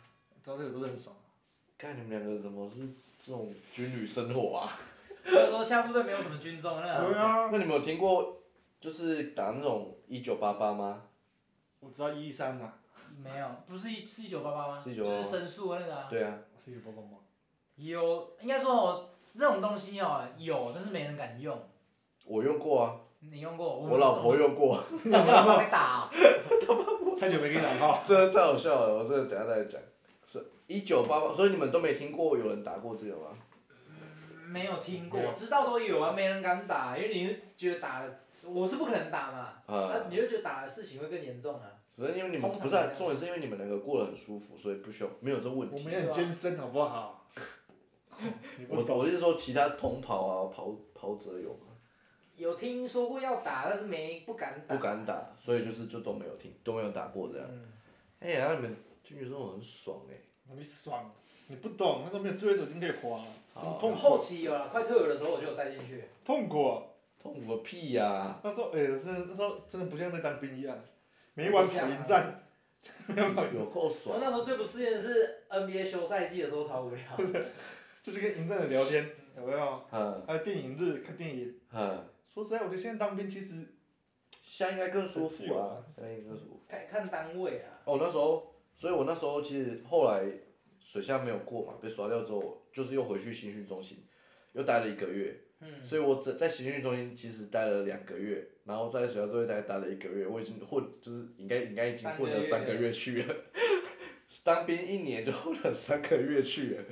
招这个都是很爽。看你们两个怎么是这种军旅生活啊？所以说下部队没有什么军中那个。啊，那你们有听过就是打那种一九八八吗？我知道一一三啊呐，没有，不是一是一九八八吗？是1988就是申诉的那个啊。对啊，是有包包 吗？有，应该说哦，这种东西哦，有，但是没人敢用。我用过啊，你用过？我老婆用过，用过。你老婆被打哦。太久没给你打 call。 真的太好笑了，我真的等一下再讲。是，一九八八，所以你们都没听过有人打过这个吗？没有听没过有，知道都有啊，没人敢打，因为你是觉得打了，我是不可能打嘛，那啊、你就觉得打的事情会更严重啊。可是因为你们通常不是、啊是，这样重点是因为你们两个过得很舒服，所以不需要没有这问我题。们也很艰深，好不好？ 你我不懂，我是说其他同跑啊、跑跑者有吗？有听说过要打，但是没不敢打。不敢打，所以就是就都没有听，都没有打过这样。嗯哎、呀，你们进去之后很爽哎、你爽，你不懂，那时候没有智慧手机可以滑，好痛后苦，期有了，快退伍的时候我就有带进去。痛苦。啊痛苦个屁呀、那时候，哎、真的那时候真的不像在当兵一样，每晚跑赢战， 没有跑赢，有够我爽。 那时候最不适应的是 NBA 休赛季的时候超无聊。 就是跟营战的聊天，有没有？嗯还有电影日看电影。嗯，说实在，我觉得现在当兵其实现在应该更舒服啊，现在应该更舒服。看看单位啊，哦，那时候，所以我那时候其实后来水下没有过嘛，被刷掉之后，我就是又回去新训中心，又待了一个月。嗯，所以我在在新训中心其实待了两个月，然后在水下作业待待了一个月，我已经混就是应该应该已经混了三三个个月去了，当兵一年就混了三个月去了。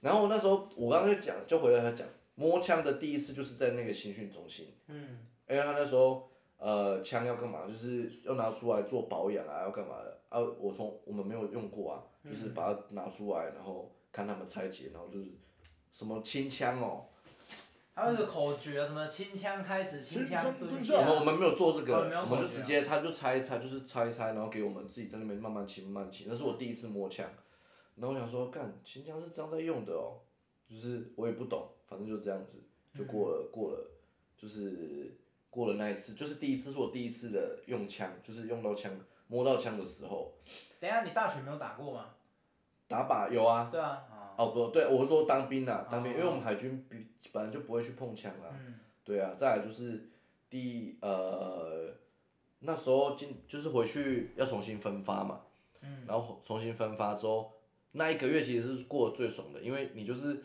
然后那时候我刚刚就讲，就回来他讲摸枪的第一次就是在那个新训中心。嗯，因为他那时候呃枪要干嘛，就是要拿出来做保养啊，要干嘛的啊？我从我们没有用过啊，就是把它拿出来，然后看他们拆解，然后就是什么清枪哦，还有一个口诀，啊什么清腔开始，清腔清蹲蹲我下下们，我们没有做这啊哦你没个，有我们就口诀直接他就拆一拆，就是拆一拆，然后给我们自己在那边慢慢清慢慢清，那是我第一次摸枪，然后我想说干清枪是这样在用的哦，就是我也不懂，反正就这样子就过了、过了，就是过了那一次，就是第一次是我第一次的用枪，就是用到枪摸到枪的时候等一下，你大学没有打过吗？打靶有啊，对啊，啊哦不对，我是说当兵啊，当兵，哦因为我们海军比本来就不会去碰枪啦。嗯对啊，再来就是第呃那时候进就是回去要重新分发嘛，嗯，然后重新分发之后，那一个月其实是过得最爽的，因为你就是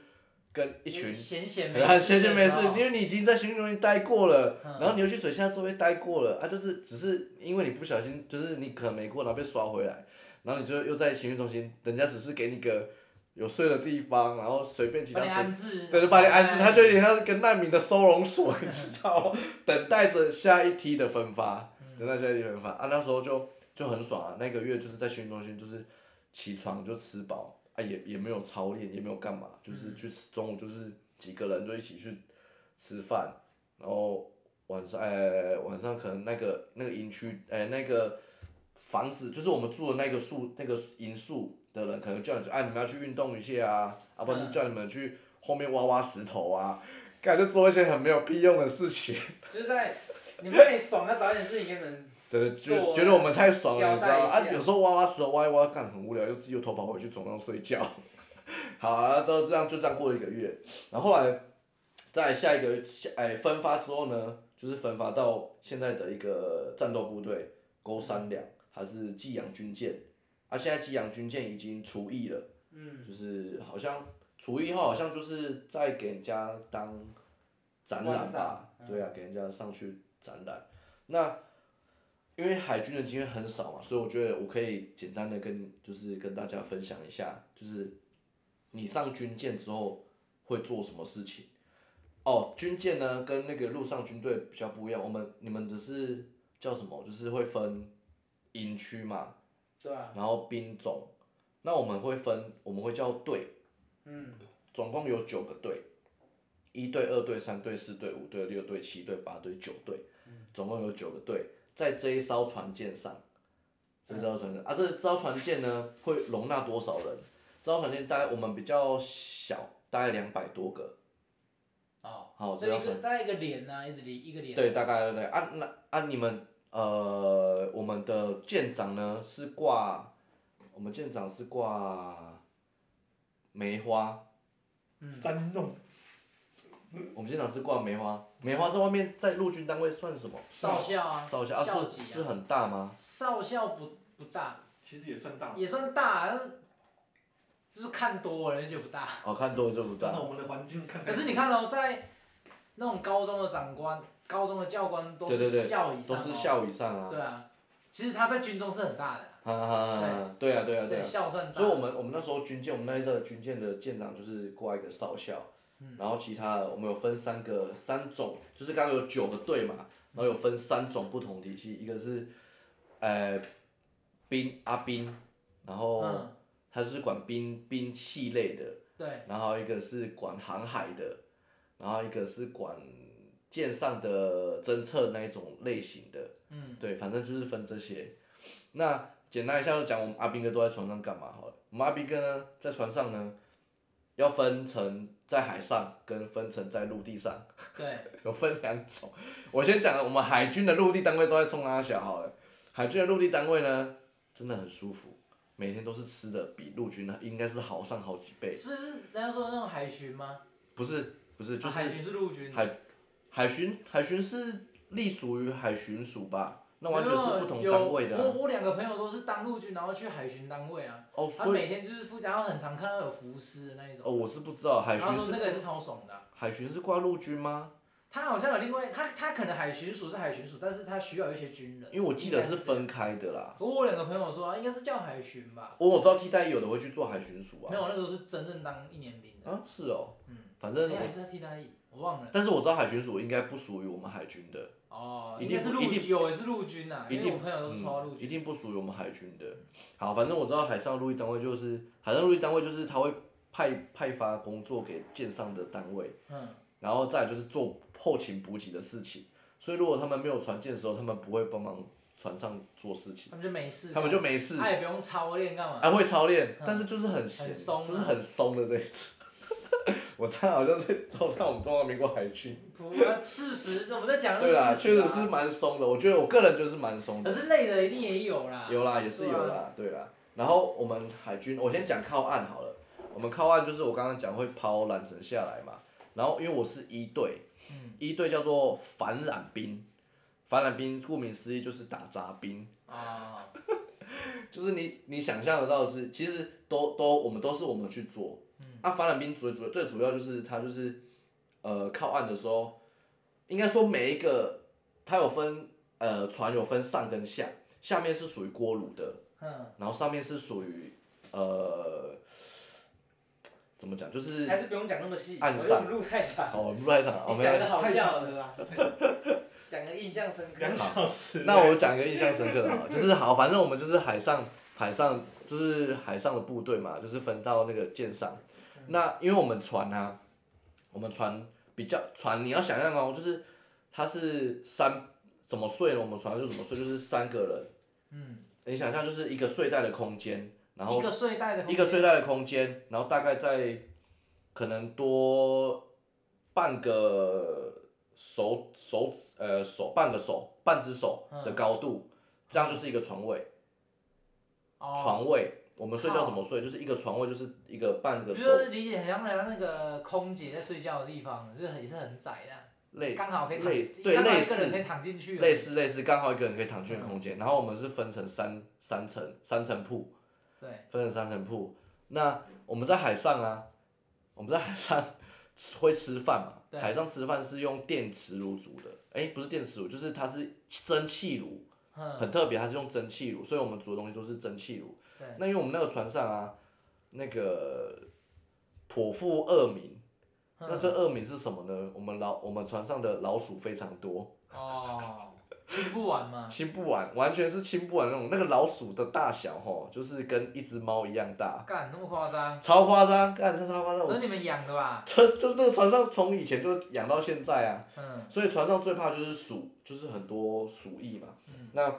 跟一群。闲闲没 很闲事闲的没时事候，因为你已经在巡逻营待过了，哦嗯然后你又去水下作业待过了，啊，就是只是因为你不小心，就是你可能没过，然后被刷回来，然后你就又在情绪中心，人家只是给你个有睡的地方，然后随便其他把你哎随安置，对，就把你安置，他就有点像一个难民的收容所，你知道吗，等待着下一梯的分发，等嗯待下一梯分发。啊，那时候就就很爽啊，那个月就是在训练中心，就是起床就吃饱，啊也也没有操练，也没有干嘛，就嗯是去吃中午就是几个人就一起去吃饭，然后晚上呃晚上可能那个那个营区呃那个房子就是我们住的那个宿那个营宿的人可能叫你去啊你们要去运动一下啊，啊不然就叫你们去后面挖挖石头啊，感觉做一些很没有屁用的事情，就是在你们那里爽，啊要找点事情给你们。对，做就觉得我们太爽了，你知道交代吗？一啊下有时候挖挖石头挖一挖干很无聊，又自己又偷跑回去床上睡觉。 好啊，都这样就这样过了一个月，然后后来在下一个下哎分发之后呢，就是分发到现在的一个战斗部队勾三两，还是济阳军舰。啊，现在济阳军舰已经除役了，嗯，就是好像除役后好像就是在给人家当展览观赏吧，对啊，给人家上去展览。那因为海军的经验很少嘛，所以我觉得我可以简单的跟就是跟大家分享一下，就是你上军舰之后会做什么事情。哦，军舰呢跟那个陆上军队比较不一样，我们你们只是叫什么，就是会分营区嘛，对啊，然后兵种，那我们会分，我们会叫队，嗯，总共有九个队，一队、二队、三队、四队、五队、六队、七队、八队、九队，总共有九个队，在这一艘船舰上，这艘船舰啊，这艘船舰呢会容纳多少人？这艘船舰大概我们比较小，大概两百多个，哦，好，这这艘一船个大概一个连呐，一个连一个连，对，大概对啊，那啊你们呃，我们的舰长呢是挂，我们舰长是挂梅花，嗯三弄我们舰长是挂梅花，梅花在外面在陆军单位算什么？少校啊，少校啊，校是级是啊，很大吗？少校不不大，其实也算大。也算大，但是就是看多了就觉得不大。哦，看多了就不那大。我们的环境看可看。是你看哦，在那种高中的长官、高中的教官都对是对对校以都上、哦，啊是校以上啊，对啊，其实他在军中是很大的，哈哈哈，对啊对啊对所以啊。孝顺大。所以我们我们那时候军舰，我们那一阵的军舰的舰长就是挂一个少校，然后其他的我们有分三个三种，就是刚刚有九个队嘛，然后有分三种不同体系，一个是呃兵阿兵，然后嗯他就是管兵兵器类的，对，然后一个是管航海的，然后一个是管舰上的侦测那一种类型的，嗯，对，反正就是分这些。那简单一下就讲我们阿兵哥都在船上干嘛好了。我们阿兵哥呢，在船上呢，要分成在海上跟分成在陆地上，对，有分两种。 我先讲了，我们海军的陆地单位都在冲阿小好了。海军的陆地单位呢，真的很舒服，每天都是吃的比陆军应该是好上好几倍。是是人家说那种海巡吗？不是不是，就啊是海巡是陆军，海海巡海巡是隶属于海巡署吧？那完全是不同有单位的啊、我我两个朋友都是当陆军，然后去海巡单位啊，哦，他所以每天就是负责，然后很常看到有浮尸的那一种，哦，我是不知道海然巡后说是那个也是超爽的啊。海巡是挂陆军吗？他好像有另外，他他可能海巡署是海巡署，但是他需要一些军人。因为我记得应该是这样。分开的啦。哦不过我两个朋友说、啊，应该是叫海巡吧，我我知道替代役有的会去做海巡署啊没。有，那个是真正当一年兵的。啊，是哦。嗯。反正哎还我，是他替代役，我忘了。但是我知道海巡署应该不属于我们海军的，哦，一应定该是不陆一定军，有也是陆军呐、一因定为我朋友都是抽到陆嗯，军。一定不属于我们海军的。好，反正我知道海上陆地单位就是海上陆地单位就是他会派派发工作给舰上的单位，嗯，然后再来就是做后勤补给的事情。所以如果他们没有船舰的时候，他们不会帮忙船上做事情，他们就没事干，嗯他们就没事。他也不用操练干嘛。还会操练嗯，但是就是很闲，很松啊就是很松的这一种。 我猜好像在照上我们中华民国海军，不，那事实我们在讲嗯的对是事实、啦，啊。确实是。蛮松的。我觉得我个人就是蛮松可的，是累的一定也有啦。有啦，也是有啦，对啦。然后我们海军，我先讲靠岸好了。我们靠岸就是我刚刚讲会抛缆绳下来嘛，然后因为我是一队，一队叫做反染兵，反染兵顾名思义就是打杂兵。啊、就是你你想象得到的是，其实都都我们都是我们去做。啊，反染兵主主最主要就是他就是，呃，靠岸的时候，应该说每一个它有分呃船有分上跟下，下面是属于锅炉的，嗯，然后上面是属于呃，怎么讲就是还是不用讲那么细，暗我觉上得我们路太长，哦，不在场哦，哎你没讲有。的好太笑长的了啦，讲个印象深刻。两小时。那我讲个印象深刻的好了，就是好，反正我们就是海上海上就是海上的部队嘛，就是分到那个舰上。嗯那因为我们船啊，我们船比较船，你要想象哦，就是它是三怎么睡呢？我们船就怎么睡，就是三个人。嗯。你想象就是一个睡袋的空间，然后一个睡袋的空一间个睡袋的空间，然后大概在可能多半个手手指呃手半个手半只手嗯的高度，这样就是一个床位。哦，床位我们睡觉怎么睡？就是一个床位就是一个半个就手，是理解很像人家那个空姐在睡觉的地方，就是很也是很窄的，类刚好可以躺，类对刚好类一个人似可以躺进去。嗯类似类似，刚好一个人可以躺进的空间。然后我们是分成三三层三层铺，对，分成三层铺。那我们在海上啊，我们在海上 会吃饭嘛？对海上吃饭是用电磁炉煮的，诶，不是电磁炉，就是它是蒸汽炉，嗯，很特别，它是用蒸汽炉，所以我们煮的东西都是蒸汽炉对。那因为我们那个船上啊，那个颇富恶名，嗯那这恶名是什么呢？我们老我们船上的老鼠非常多，哦，清不完 嘛。清不完，完全是清不完那种。那个老鼠的大小吼，就是跟一只猫一样大，干那么夸张？超夸张，干这超夸张！那我是你们养的吧？啊这这这个船上从以前就养到现在啊，嗯，所以船上最怕就是鼠，就是很多鼠疫嘛。嗯那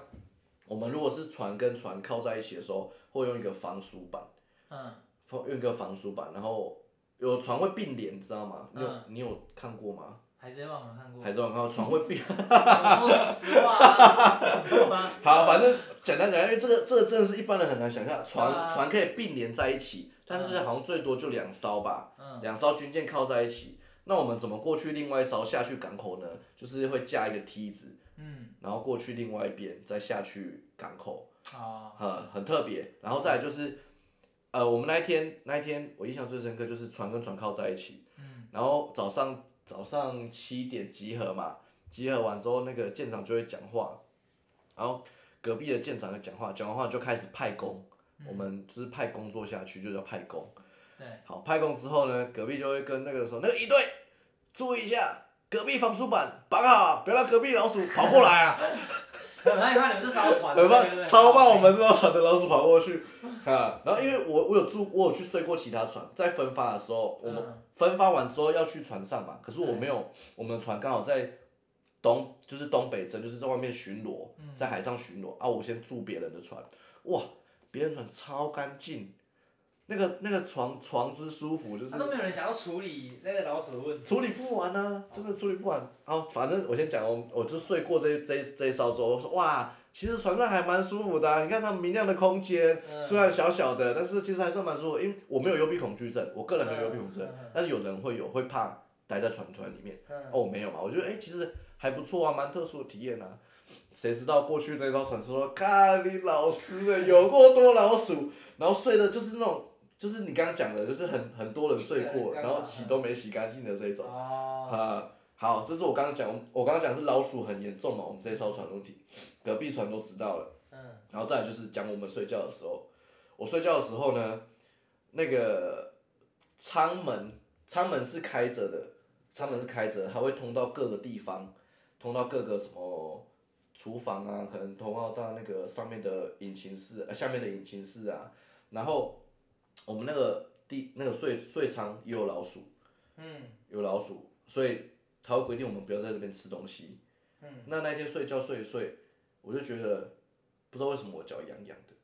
我们如果是船跟船靠在一起的时候，会用一个防鼠板，嗯，放用一个防鼠板，然后有船会并联，你知道吗？你有、嗯你有看过吗？海贼王有看过。海中看过船会并。我说实话啊，你 知道吗？好，反正简单讲，因为这个这个真的是一般人很难想象，船、啊船可以并联在一起，但是好像最多就两艘吧，嗯两艘军舰靠在一起。那我们怎么过去另外一艘下去港口呢？就是会架一个梯子，嗯，然后过去另外一边，再下去港口，哦，很很特别。然后再来就是，呃，我们那一天那一天我印象最深刻就是船跟船靠在一起，嗯，然后早上早上七点集合嘛，集合完之后那个舰长就会讲话，然后隔壁的舰长讲话，讲完话就开始派工，我们就是派工作下去，就叫派工。嗯对，好，派工之后呢，隔壁就会跟那个说，那个一队注意一下，隔壁防鼠板绑好，不要让隔壁老鼠跑过来啊！很害怕你们这艘船，很对棒，对超棒！我们这么蠢的老鼠跑过去啊！然后因为我我有住，我有去睡过其他船，在分发的时候，我们嗯嗯分发完之后要去船上嘛，可是我没有，我们的船刚好在东，就是东北镇，就是在外面巡逻，嗯在海上巡逻啊！我先住别人的船，哇，别人船超干净，那个那个床床之舒服，就是啊他都没有人想要处理那个老鼠的问题。处理不完啊，真的处理不完。好，反正我先讲，我我就睡过这这这一艘之后，我说哇，其实船上还蛮舒服的啊、你看它明亮的空间，嗯虽然小小的，但是其实还算蛮舒服。因为我没有幽闭恐惧症，我个人没有幽闭恐惧症，嗯但是有人会有，会怕待在船船里面。嗯哦，我没有嘛，我觉得哎、其实还不错啊，蛮特殊的体验啊。谁知道过去那艘船说，看你老师的有过多老鼠， 然后睡的就是那种，就是你刚刚讲的，就是很很多人睡一个人过，干然后嘛洗都没洗干净的这一种。哦，啊，好，这是我刚刚讲，我刚刚讲是老鼠很严重嘛，我们这艘船问题，隔壁船都知道了。嗯，然后再来就是讲我们睡觉的时候，我睡觉的时候呢，那个舱门，舱门是开着的，舱门是开着的，它会通到各个地方，通到各个什么厨房啊，可能通到到那个上面的引擎室，呃，下面的引擎室啊。然后我们那个地那个睡睡舱也有老鼠。有老鼠，所以他会规定我们不要在这边吃东西。嗯，那那一天睡觉睡一睡，我就觉得不知道为什么我脚痒痒的。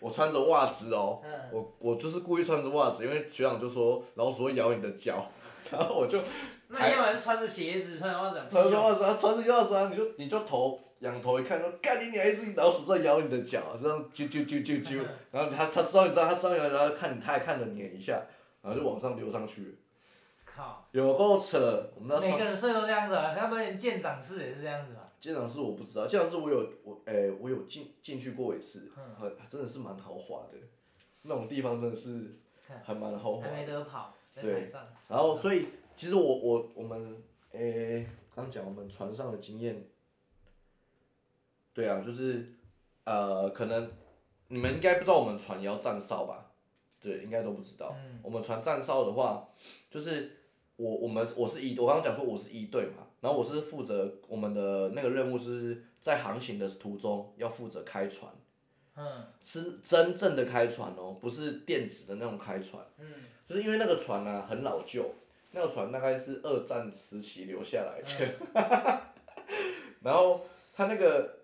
我穿着袜子哦，我我就是故意穿着袜子，因为学长就说老鼠会咬你的脚，然后我就那你要不然穿着鞋子，穿着袜子，穿着袜子啊，穿着袜子啊，你就你就头仰头一看，说干你娘一只老鼠在咬你的脚，啊这样啾啾啾啾啾，然后他他知道你知道他知道你知道，然后看你他也看了你一下，然后就往上溜上去，哦靠，有够扯，我们那每个人睡都这样子啊，要不然连舰长室也是这样子嘛。建长室我不知道，建长室我有我诶、我有进进去过一次，很真的是蛮豪华的，那种地方真的是还蛮豪华还的。没得跑，在对海上。然后所以其实我我我们诶，刚讲我们船上的经验，对啊，就是呃，可能你们应该不知道我们船也要站哨吧？对，应该都不知道。我们船站哨的话，就是我我们我是一，我刚刚讲说我是一队嘛，然后我是负责我们的那个任务是在航行的途中要负责开船，嗯，是真正的开船哦，不是电子的那种开船。就是因为那个船啊很老旧，那个船大概是二战时期留下来的， 然后它那个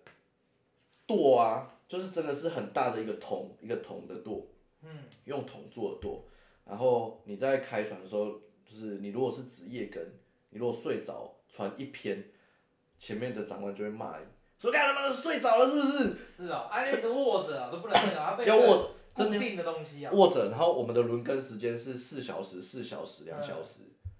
舵啊，就是真的是很大的一个桶，一个桶的舵，嗯，用桶做的舵，然后你在开船的时候，就是你如果是值夜更，你如果睡着，船一偏，前面的长官就会骂你，说干他妈的睡着了是不是？是哦，啊，一直握着啊，都不能动啊，它被要握固定的东西啊，握着，然后我们的轮更时间是四小时、四小时、两小时，嗯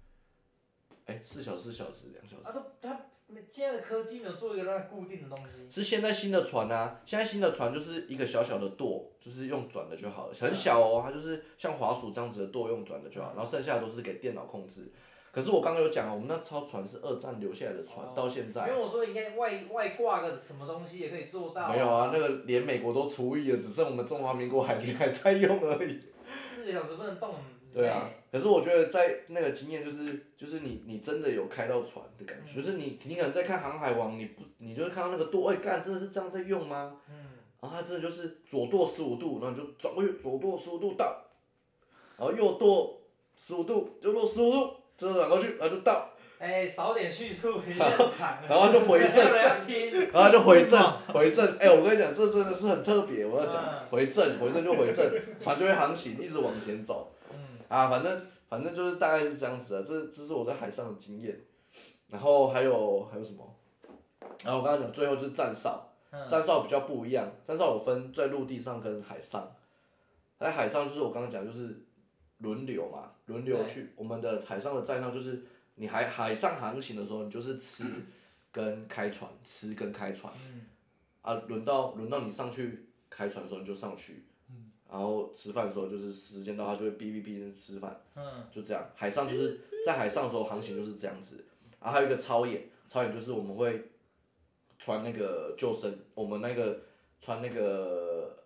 哎、四小时、四小时、两小时。啊都它现在的科技没有做一个让它固定的东西，是现在新的船啊，现在新的船就是一个小小的舵，就是用转的就好了，嗯很小哦，它就是像滑鼠这样子的舵用转的就好，然后剩下的都是给电脑控制。可是我刚刚有讲，我们那艘船是二战留下来的哦船，到现在因为我说应该外外挂个什么东西也可以做到，没有啊，那个连美国都除役了，只剩我们中华民国海军还在用而已。四个小时不能动，对啊，可是我觉得在那个经验就是就是你你真的有开到船的感觉，就是你你可能在看《航海王》，你不你就是看到那个舵，哎、干真的是这样在用吗？然后它真的就是左舵十五度，然后你就转过去，左舵十五度到，然后右舵十五度，右舵十五度，真的转过去，然后就到，哎，少点叙 述，你很长，啊然后就回正 没有人要听， 然啊后就回正回正，哎、我跟你讲，这真的是很特别，我要讲回正回正就回正，船就会航行，一直往前走。啊，反正反正就是大概是这样子啊，这这是我在海上的经验。然后还有还有什么？然后我刚刚讲最后就是站哨，站哨比较不一样，站哨有分在陆地上跟海上。在海上就是我刚刚讲就是轮流嘛，轮流去。我们的海上的站哨就是你海海上航行的时候，你就是吃跟开船，吃跟开船。啊，轮到轮到你上去开船的时候，你就上去。然后吃饭的时候，就是时间到，他就会哔哔哔吃饭。就这样，海上就是啊在海上的时候航行就是这样子。然后还有一个操演，操演就是我们会穿那个救生，我们那个穿那个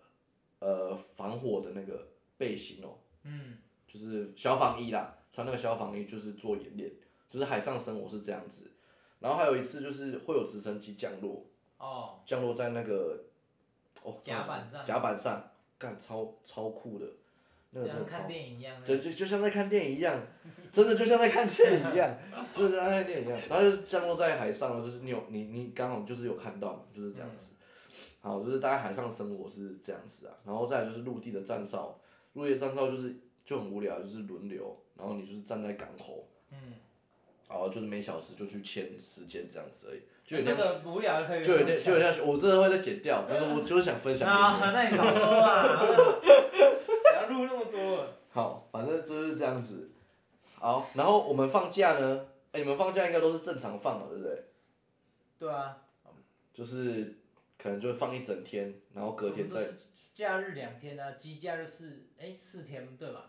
呃防火的那个背心哦、嗯，就是消防衣啦，穿那个消防衣就是做演练，就是海上生活是这样子。然后还有一次就是会有直升机降落，哦，降落在那个哦甲板上甲板上，干超超酷的，那个真像的超看，电影一样的，就就就像在看电影一样，真的就像在看电影一样， 真的就像在看电影一样。然后就降落在海上了，就是你有你你刚好就是有看到嘛，就是这样嗯子。好，就是大家海上生活是这样子啊，然后再来就是陆地的站哨，陆地的站哨就是就很无聊，就是轮流，然后你就是站在港口，嗯，然后就是每小时就去签时间这样子而已，就有这点像个无啊聊可以就有点就有点像，我真的会再剪掉，但是我就是想分享给你。啊，那你早说啊， 不要录那么多，好，反正就是这样子。好，然后我们放假呢，哎、你们放假应该都是正常放嘛，对不对？对啊，就是可能就放一整天，然后隔天我们再都是假日两天啊，鸡假日四哎四天对吧？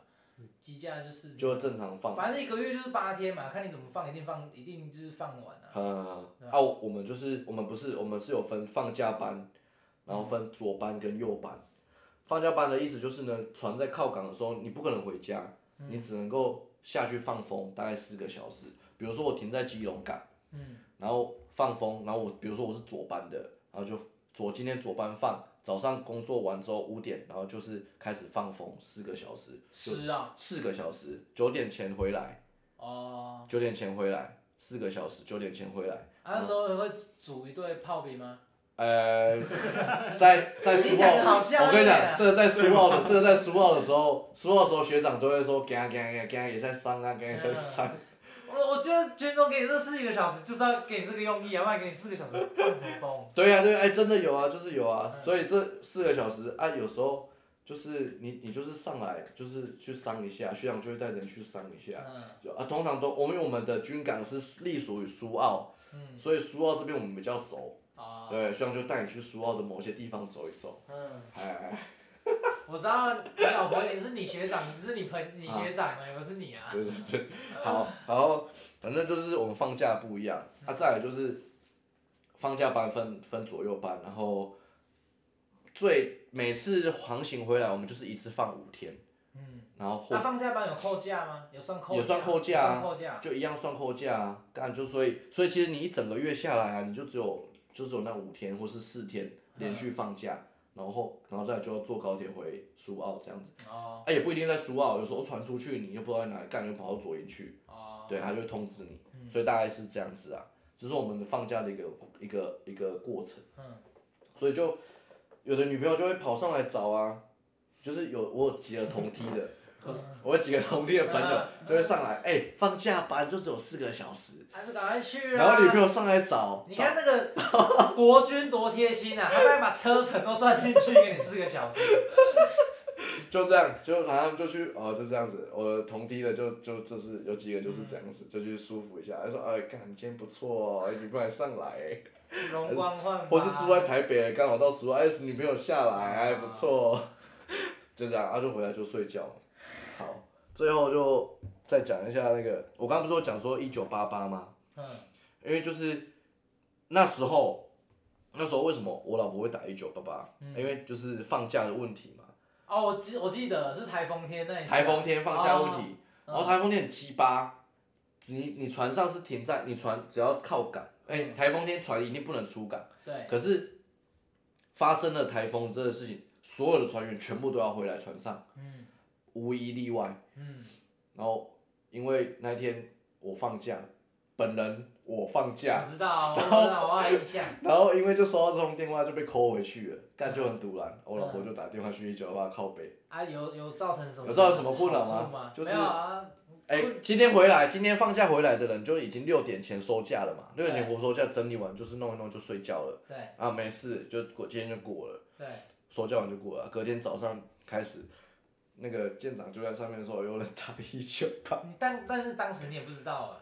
鸡假就是就正常嗯放。反正一个月就是八天嘛，看你怎么放，一定放一定就是放完啊，嗯，啊，我们就是我们不是我们是有分放假班，然后嗯分左班跟右班。放假班的意思就是呢，船在靠港的时候，你不可能回家，嗯你只能够下去放风，大概四个小时。比如说我停在基隆港，嗯，然后放风，然后我比如说我是左班的，然后就左今天左班放，早上工作完之后五点，然后就是开始放风四个小时，湿啊，四个小时，九点前回来，哦，九点前回来，四个小时，九点前回来。啊那时候会煮一对泡饼吗？呃，在在苏你讲得澳，好像欸我跟你讲，耶这个在苏澳的，这个在苏澳的时候，苏澳的时候学长都会说，啊干干干干也在上啊，干也在上。嗯我我觉得军中给你这四个小时就是要给你这个用意啊，不然给你四个小时放什么风？对呀、对呀、哎，真的有啊，就是有嗯啊，所以这四个小时啊，有时候就是你你就是上来就是去伤一下，学长就会带人去 伤一下，嗯就啊，通常都我们因为我们的军港是隶属于苏澳，嗯所以苏澳这边我们比较熟，啊对，学长就带你去苏澳的某些地方走一走，嗯，哎哎。哎我知道你老婆你是你学长，你是你朋你啊学长哎，我是你啊，对对对，好，然后反正就是我们放假不一样，啊，再来就是放假班分分左右班，然后最每次航行回来，我们就是一次放五天，嗯，然后那或放假班有扣假吗？有算扣？也算扣假假，啊算扣假。就一样算扣假啊，干就所以所以其实你一整个月下来啊，你就只有就只有那五天或是四天连续放假，然后然后再来就要坐高铁回苏澳这样子，哦哎、也不一定在苏澳，有时候传出去你又不知道在哪里干，又跑到左营去。哦，对，他就会通知你，所以大概是这样子啊，就是我们的放假的一个一个一个过程。嗯所以就有的女朋友就会跑上来找啊，就是有我有几个同梯的，嗯 我有几个同梯的朋友就会上来，哎、放假班就只有四个小时，还是赶快去啊！然后女朋友上来找，你看那个国军多贴心啊，他还把车程都算进去，给你四个小时。就这样，就然后他们就去哦，就这样子，我同梯的就就就是有几个就是这样子，就去舒服一下，他说哎，看你今天不错哦，哎女朋友还上来、哎容光焕发。或是住在台北，刚好到时候哎，女朋友下来，哎，不啊错，就这样，他、就回来就睡觉。好，最后就再讲一下那个，我刚不是有讲说一九八八吗？嗯，因为就是那时候，那时候为什么我老婆会打一九八八？嗯因为就是放假的问题嘛，哦，我记我记得是台风天那一次啊。台风天放假问哦题，然后台风天很鸡巴，你你船上是停在你船只要靠港，哎、嗯台风天船一定不能出港。对，可是发生了台风这个事情，所有的船员全部都要回来船上，嗯无一例外。嗯，然后因为那天我放假，本人我放假我，知道，我知道，我有印象。嗯然后因为就收到这通电话就被扣回去了，干就很堵然。我老婆就打电话去一九八靠北，啊，有有造成什么？有造成什么困扰吗好处就是没有啊，哎、今天回来，今天放假回来的人就已经六点前收假了嘛，六对点前活收假整理完就是弄一弄就睡觉了，对啊没事就过今天就过了。对，说教完就过了，隔天早上开始，那个舰长就在上面说有人打一九八，你但但是当时你也不知道啊，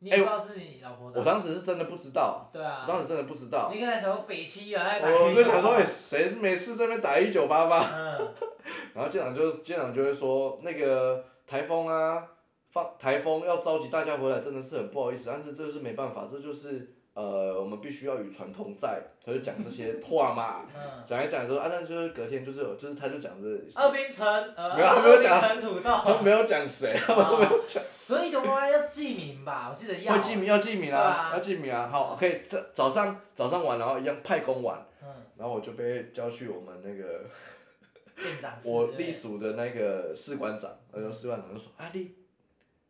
你也不知道是你老婆哎我的。当时是真的不知道，对我啊，当时真的不知道，你可能什么北七啊，还打我黑就道想说，啊啊哎，谁没事在那边打一九八八？嗯然后舰长就舰长就会说，那个台风啊，放台风要召集大家回来，真的是很不好意思，但是这是没办法，这就是呃，我们必须要与传统在，他就讲这些话嘛，嗯，讲一讲说啊，但就是隔天就是有，就是他就讲这，二冰城，呃，没有他没二有冰讲城土他豆，哦没有讲谁，他们没有讲，所以就妈妈要记名吧，我记得 要，会记名要记名对啊啊，要记名啊，好，可以早早上早上玩，然后一样派工玩，嗯，然后我就被叫去我们那个店长室我之类隶的属的那个士官长，然后士官长就说：“啊你，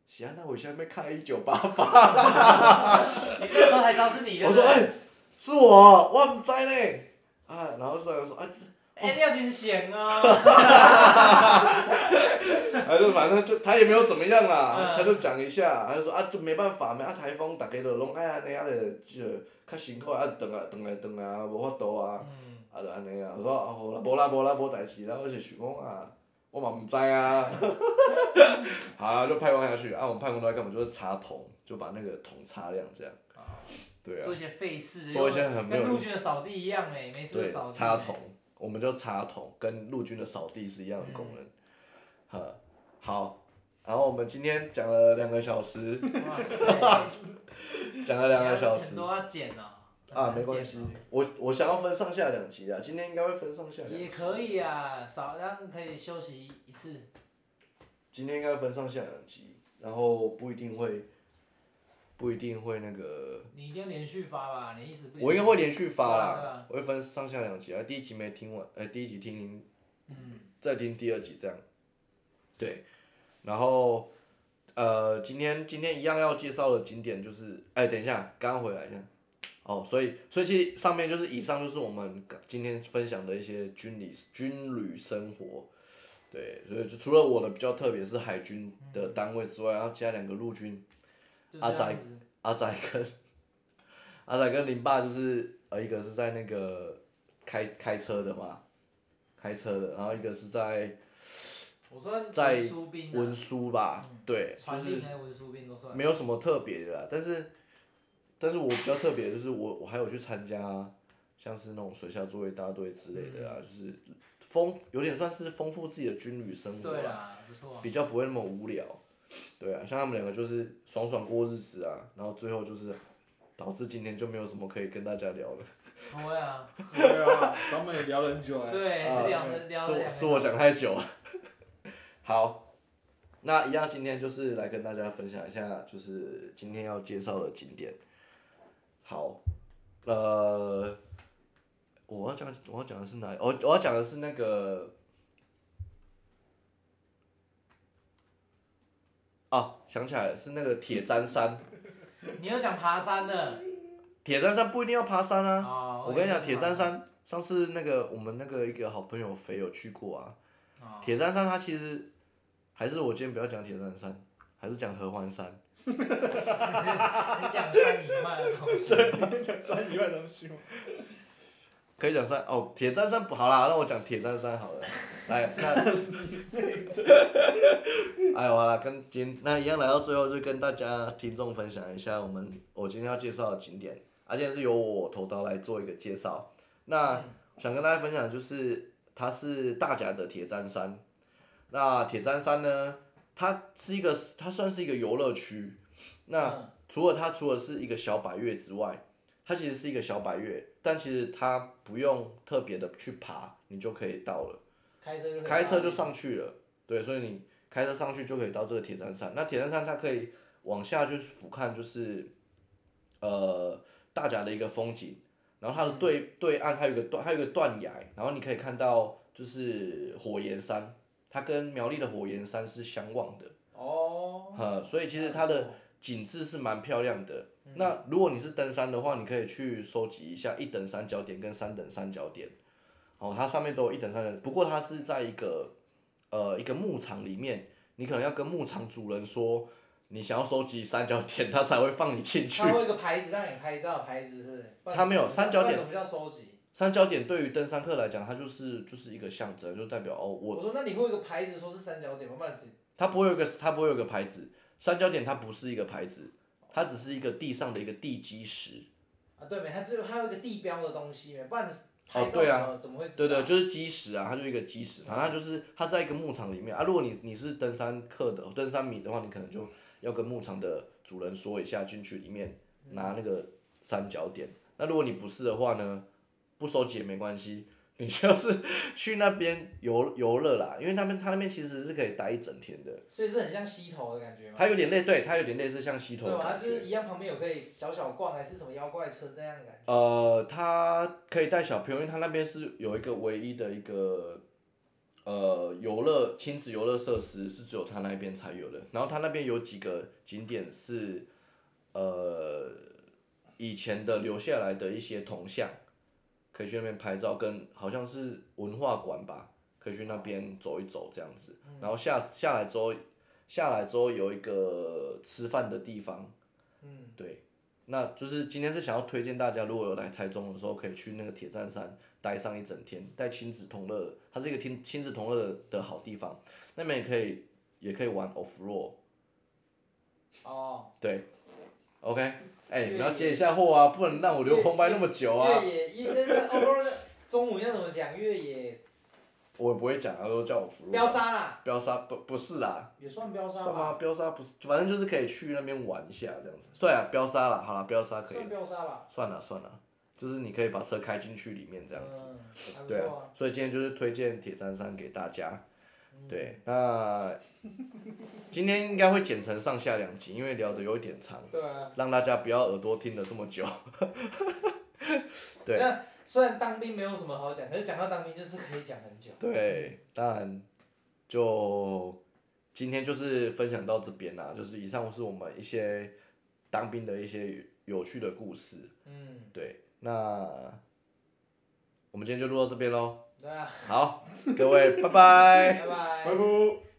是啊，那我现在被开一九八八。你那时候还知道是你”的，我说：“哎、是我，我唔知呢。”啊，然后士官长说：“啊，哎，你要真闲哦， 他哎就反正就他也没有怎么样嗯啦，他就讲一下，他就说啊，就没办法，没啊台风，大家就拢爱安尼啊，就就较辛苦啊，等啊等来等啊，无法度啊，嗯，啊就安尼啊，我说啊好啦，无啦无啦，无代志啦，我是想讲啊，我嘛毋知啊， 好啦，就派工下去，啊，我们派工都在干嘛？就是插桶，就把那个桶擦亮这样，啊哦对啊做，一些费事，做一些很没跟有陆军的扫地一样哎，没事对就扫，地，插桶，我们就插桶，跟陆军的扫地是一样的功能，嗯呃，好，然后我们今天讲了两个小时。哇塞，讲了两个小时很多要剪哦，啊，没关系，我我想要分上下两集啊，今天应该会分上下两也集，可以啊，少让可以休息一次，今天应该会分上下两集，然后不一定会，不一定会那个，你一定要连续发吧，你一直不连续呃我应该会连续发对啦啊，我会分上下两集啊，第一集没听完，呃，第一集听，嗯，再听第二集这样，对，然后。呃，今天今天一样要介绍的景点就是，哎，等一下，刚刚回来一下，哦，所以所以其实上面就是以上就是我们今天分享的一些军旅军旅生活，对，所以就除了我的比较特别是海军的嗯单位之外，然后其他两个陆军，就阿这仔样子，阿仔跟 阿仔跟林爸就是呃一个是在那个开开车的嘛，开车的，然后一个是在我说在文书兵啊，文书吧，对，就传是令还有文书兵都算，没有什么特别的啦，但是，但是我比较特别的就是我我还有去参加，像是那种水下作业大队之类的啊，嗯就是丰有点算是丰富自己的军旅生活啊对啦，啦，不错，比较不会那么无聊。对啊，像他们两个就是爽爽过日子啊，然后最后就是导致今天就没有什么可以跟大家聊了，不会啊，对啊，咱们也聊了很久 哎、对，啊是聊的聊是的我两个是我小讲时太久了。 好，那一样今天就是来跟大家分享一下，就是今天要介绍的景点。好，呃，我要讲我要讲的是哪里？我我要讲的是那个。哦，想起来了，是那个铁砧山。你要讲爬山的铁砧山不一定要爬山啊。哦，我跟你以为讲，是铁爬砧山上次那个我们那个一个好朋友肥有去过啊。哦铁山山它其实还是我今天不要讲铁山山，还是讲合欢山。你讲山以外的东西，讲三以外的东西吗？可以讲山哦，铁山山不好啦，那我讲铁山山好了。来，那，哎呦好啦，跟今那一样来到最后，就跟大家听众分享一下我们我今天要介绍的景点，而、且是由我头刀来做一个介绍。那、想跟大家分享的就是，它是大甲的铁砧山。那铁砧山呢，它是一个它算是一个游乐区。那、除了它除了是一个小百越之外，它其实是一个小百越，但其实它不用特别的去爬，你就可以到了，开车就可以开车爬就上去了。对，所以你开车上去就可以到这个铁山山。那铁山山它可以往下去俯瞰，就是呃大甲的一个风景。然后它的嗯对、对岸还有一个断，还有一个断崖，然后你可以看到就是火焰山，它跟苗栗的火焰山是相望的。哦，呃，所以其实它的景致是蛮漂亮的。那如果你是登山的话，你可以去收集一下一等三角点跟三等三角点。哦，它上面都有一等三角点，不过它是在一个呃一个牧场里面，你可能要跟牧场主人说你想要收集三角点，他才会放你 进去它。会有一个牌子让你拍照，牌子是不是？不然它没有三角点不然怎么叫收集？三角点对于登山客来讲，它就是就是一个象征，就代表哦我我说那你会有一个牌子说是三角点吗？不然是它不会有一个，它不会有一个牌子。三角点它不是一个牌子，它只是一个地上的一个地基石。啊对没？它最后还有一个地标的东西没？不然哦拍照对啊怎么怎么会知对道对，就是基石啊，它就是一个基石，反正它就是它在一个牧场里面啊。如果你你是登山客的登山迷的话，你可能就要跟牧场的主人说一下，进去里面拿那个三角点。那如果你不是的话呢，不收集也没关系，你就是 去那边游游乐啦，因为那边他那边其实是可以待一整天的，所以是很像溪头的感啊觉嘛。它有点类对，它有点类似像溪头对的嘛，它感就觉是。一样，旁边有可以小小逛，还是什么妖怪村那样的感觉。呃，他可以带小朋友，因为他那边是有一个唯一的一个呃游乐亲子游乐设施，是只有他那边才有的。然后他那边有几个景点是呃以前的留下来的一些铜像，可以去那边拍照，跟好像是文化馆吧，可以去那边走一走这样子。然后下下来之后，下来之后有一个吃饭的地方。嗯，对，那就是今天是想要推荐大家，如果有来台中的时候，可以去那个铁站山待上一整天，带亲子同乐，它是一个亲亲子同乐的的好地方。那边也可以，也可以玩 off road。哦，对，OK，哎、越你野要接一下货啊，不能让我留空白那么久啊。越野，因为那个哦，不中午要怎么讲？越野我也不会讲啊，都叫我 off 飙 road。沙啦，标沙不不是啦，也算飙沙算吗？吧，标沙不是，反正就是可以去那边玩一下这样子。对啊，标沙啦，好啦，标沙可以算，飙沙吧。算了算了，就是你可以把车开进去里面这样子。嗯，还不对错啊。啊，所以今天就是推荐铁三三给大家。嗯对，那今天应该会剪成上下两集，因为聊的有一点长，对啊。让大家不要耳朵听了这么久。对那虽然当兵没有什么好讲，可是讲到当兵就是可以讲很久。对，当然就今天就是分享到这边啦，就是以上是我们一些当兵的一些有趣的故事。嗯，对，那我们今天就录到这边喽。对啊，好，各位，拜拜。拜拜。拜拜。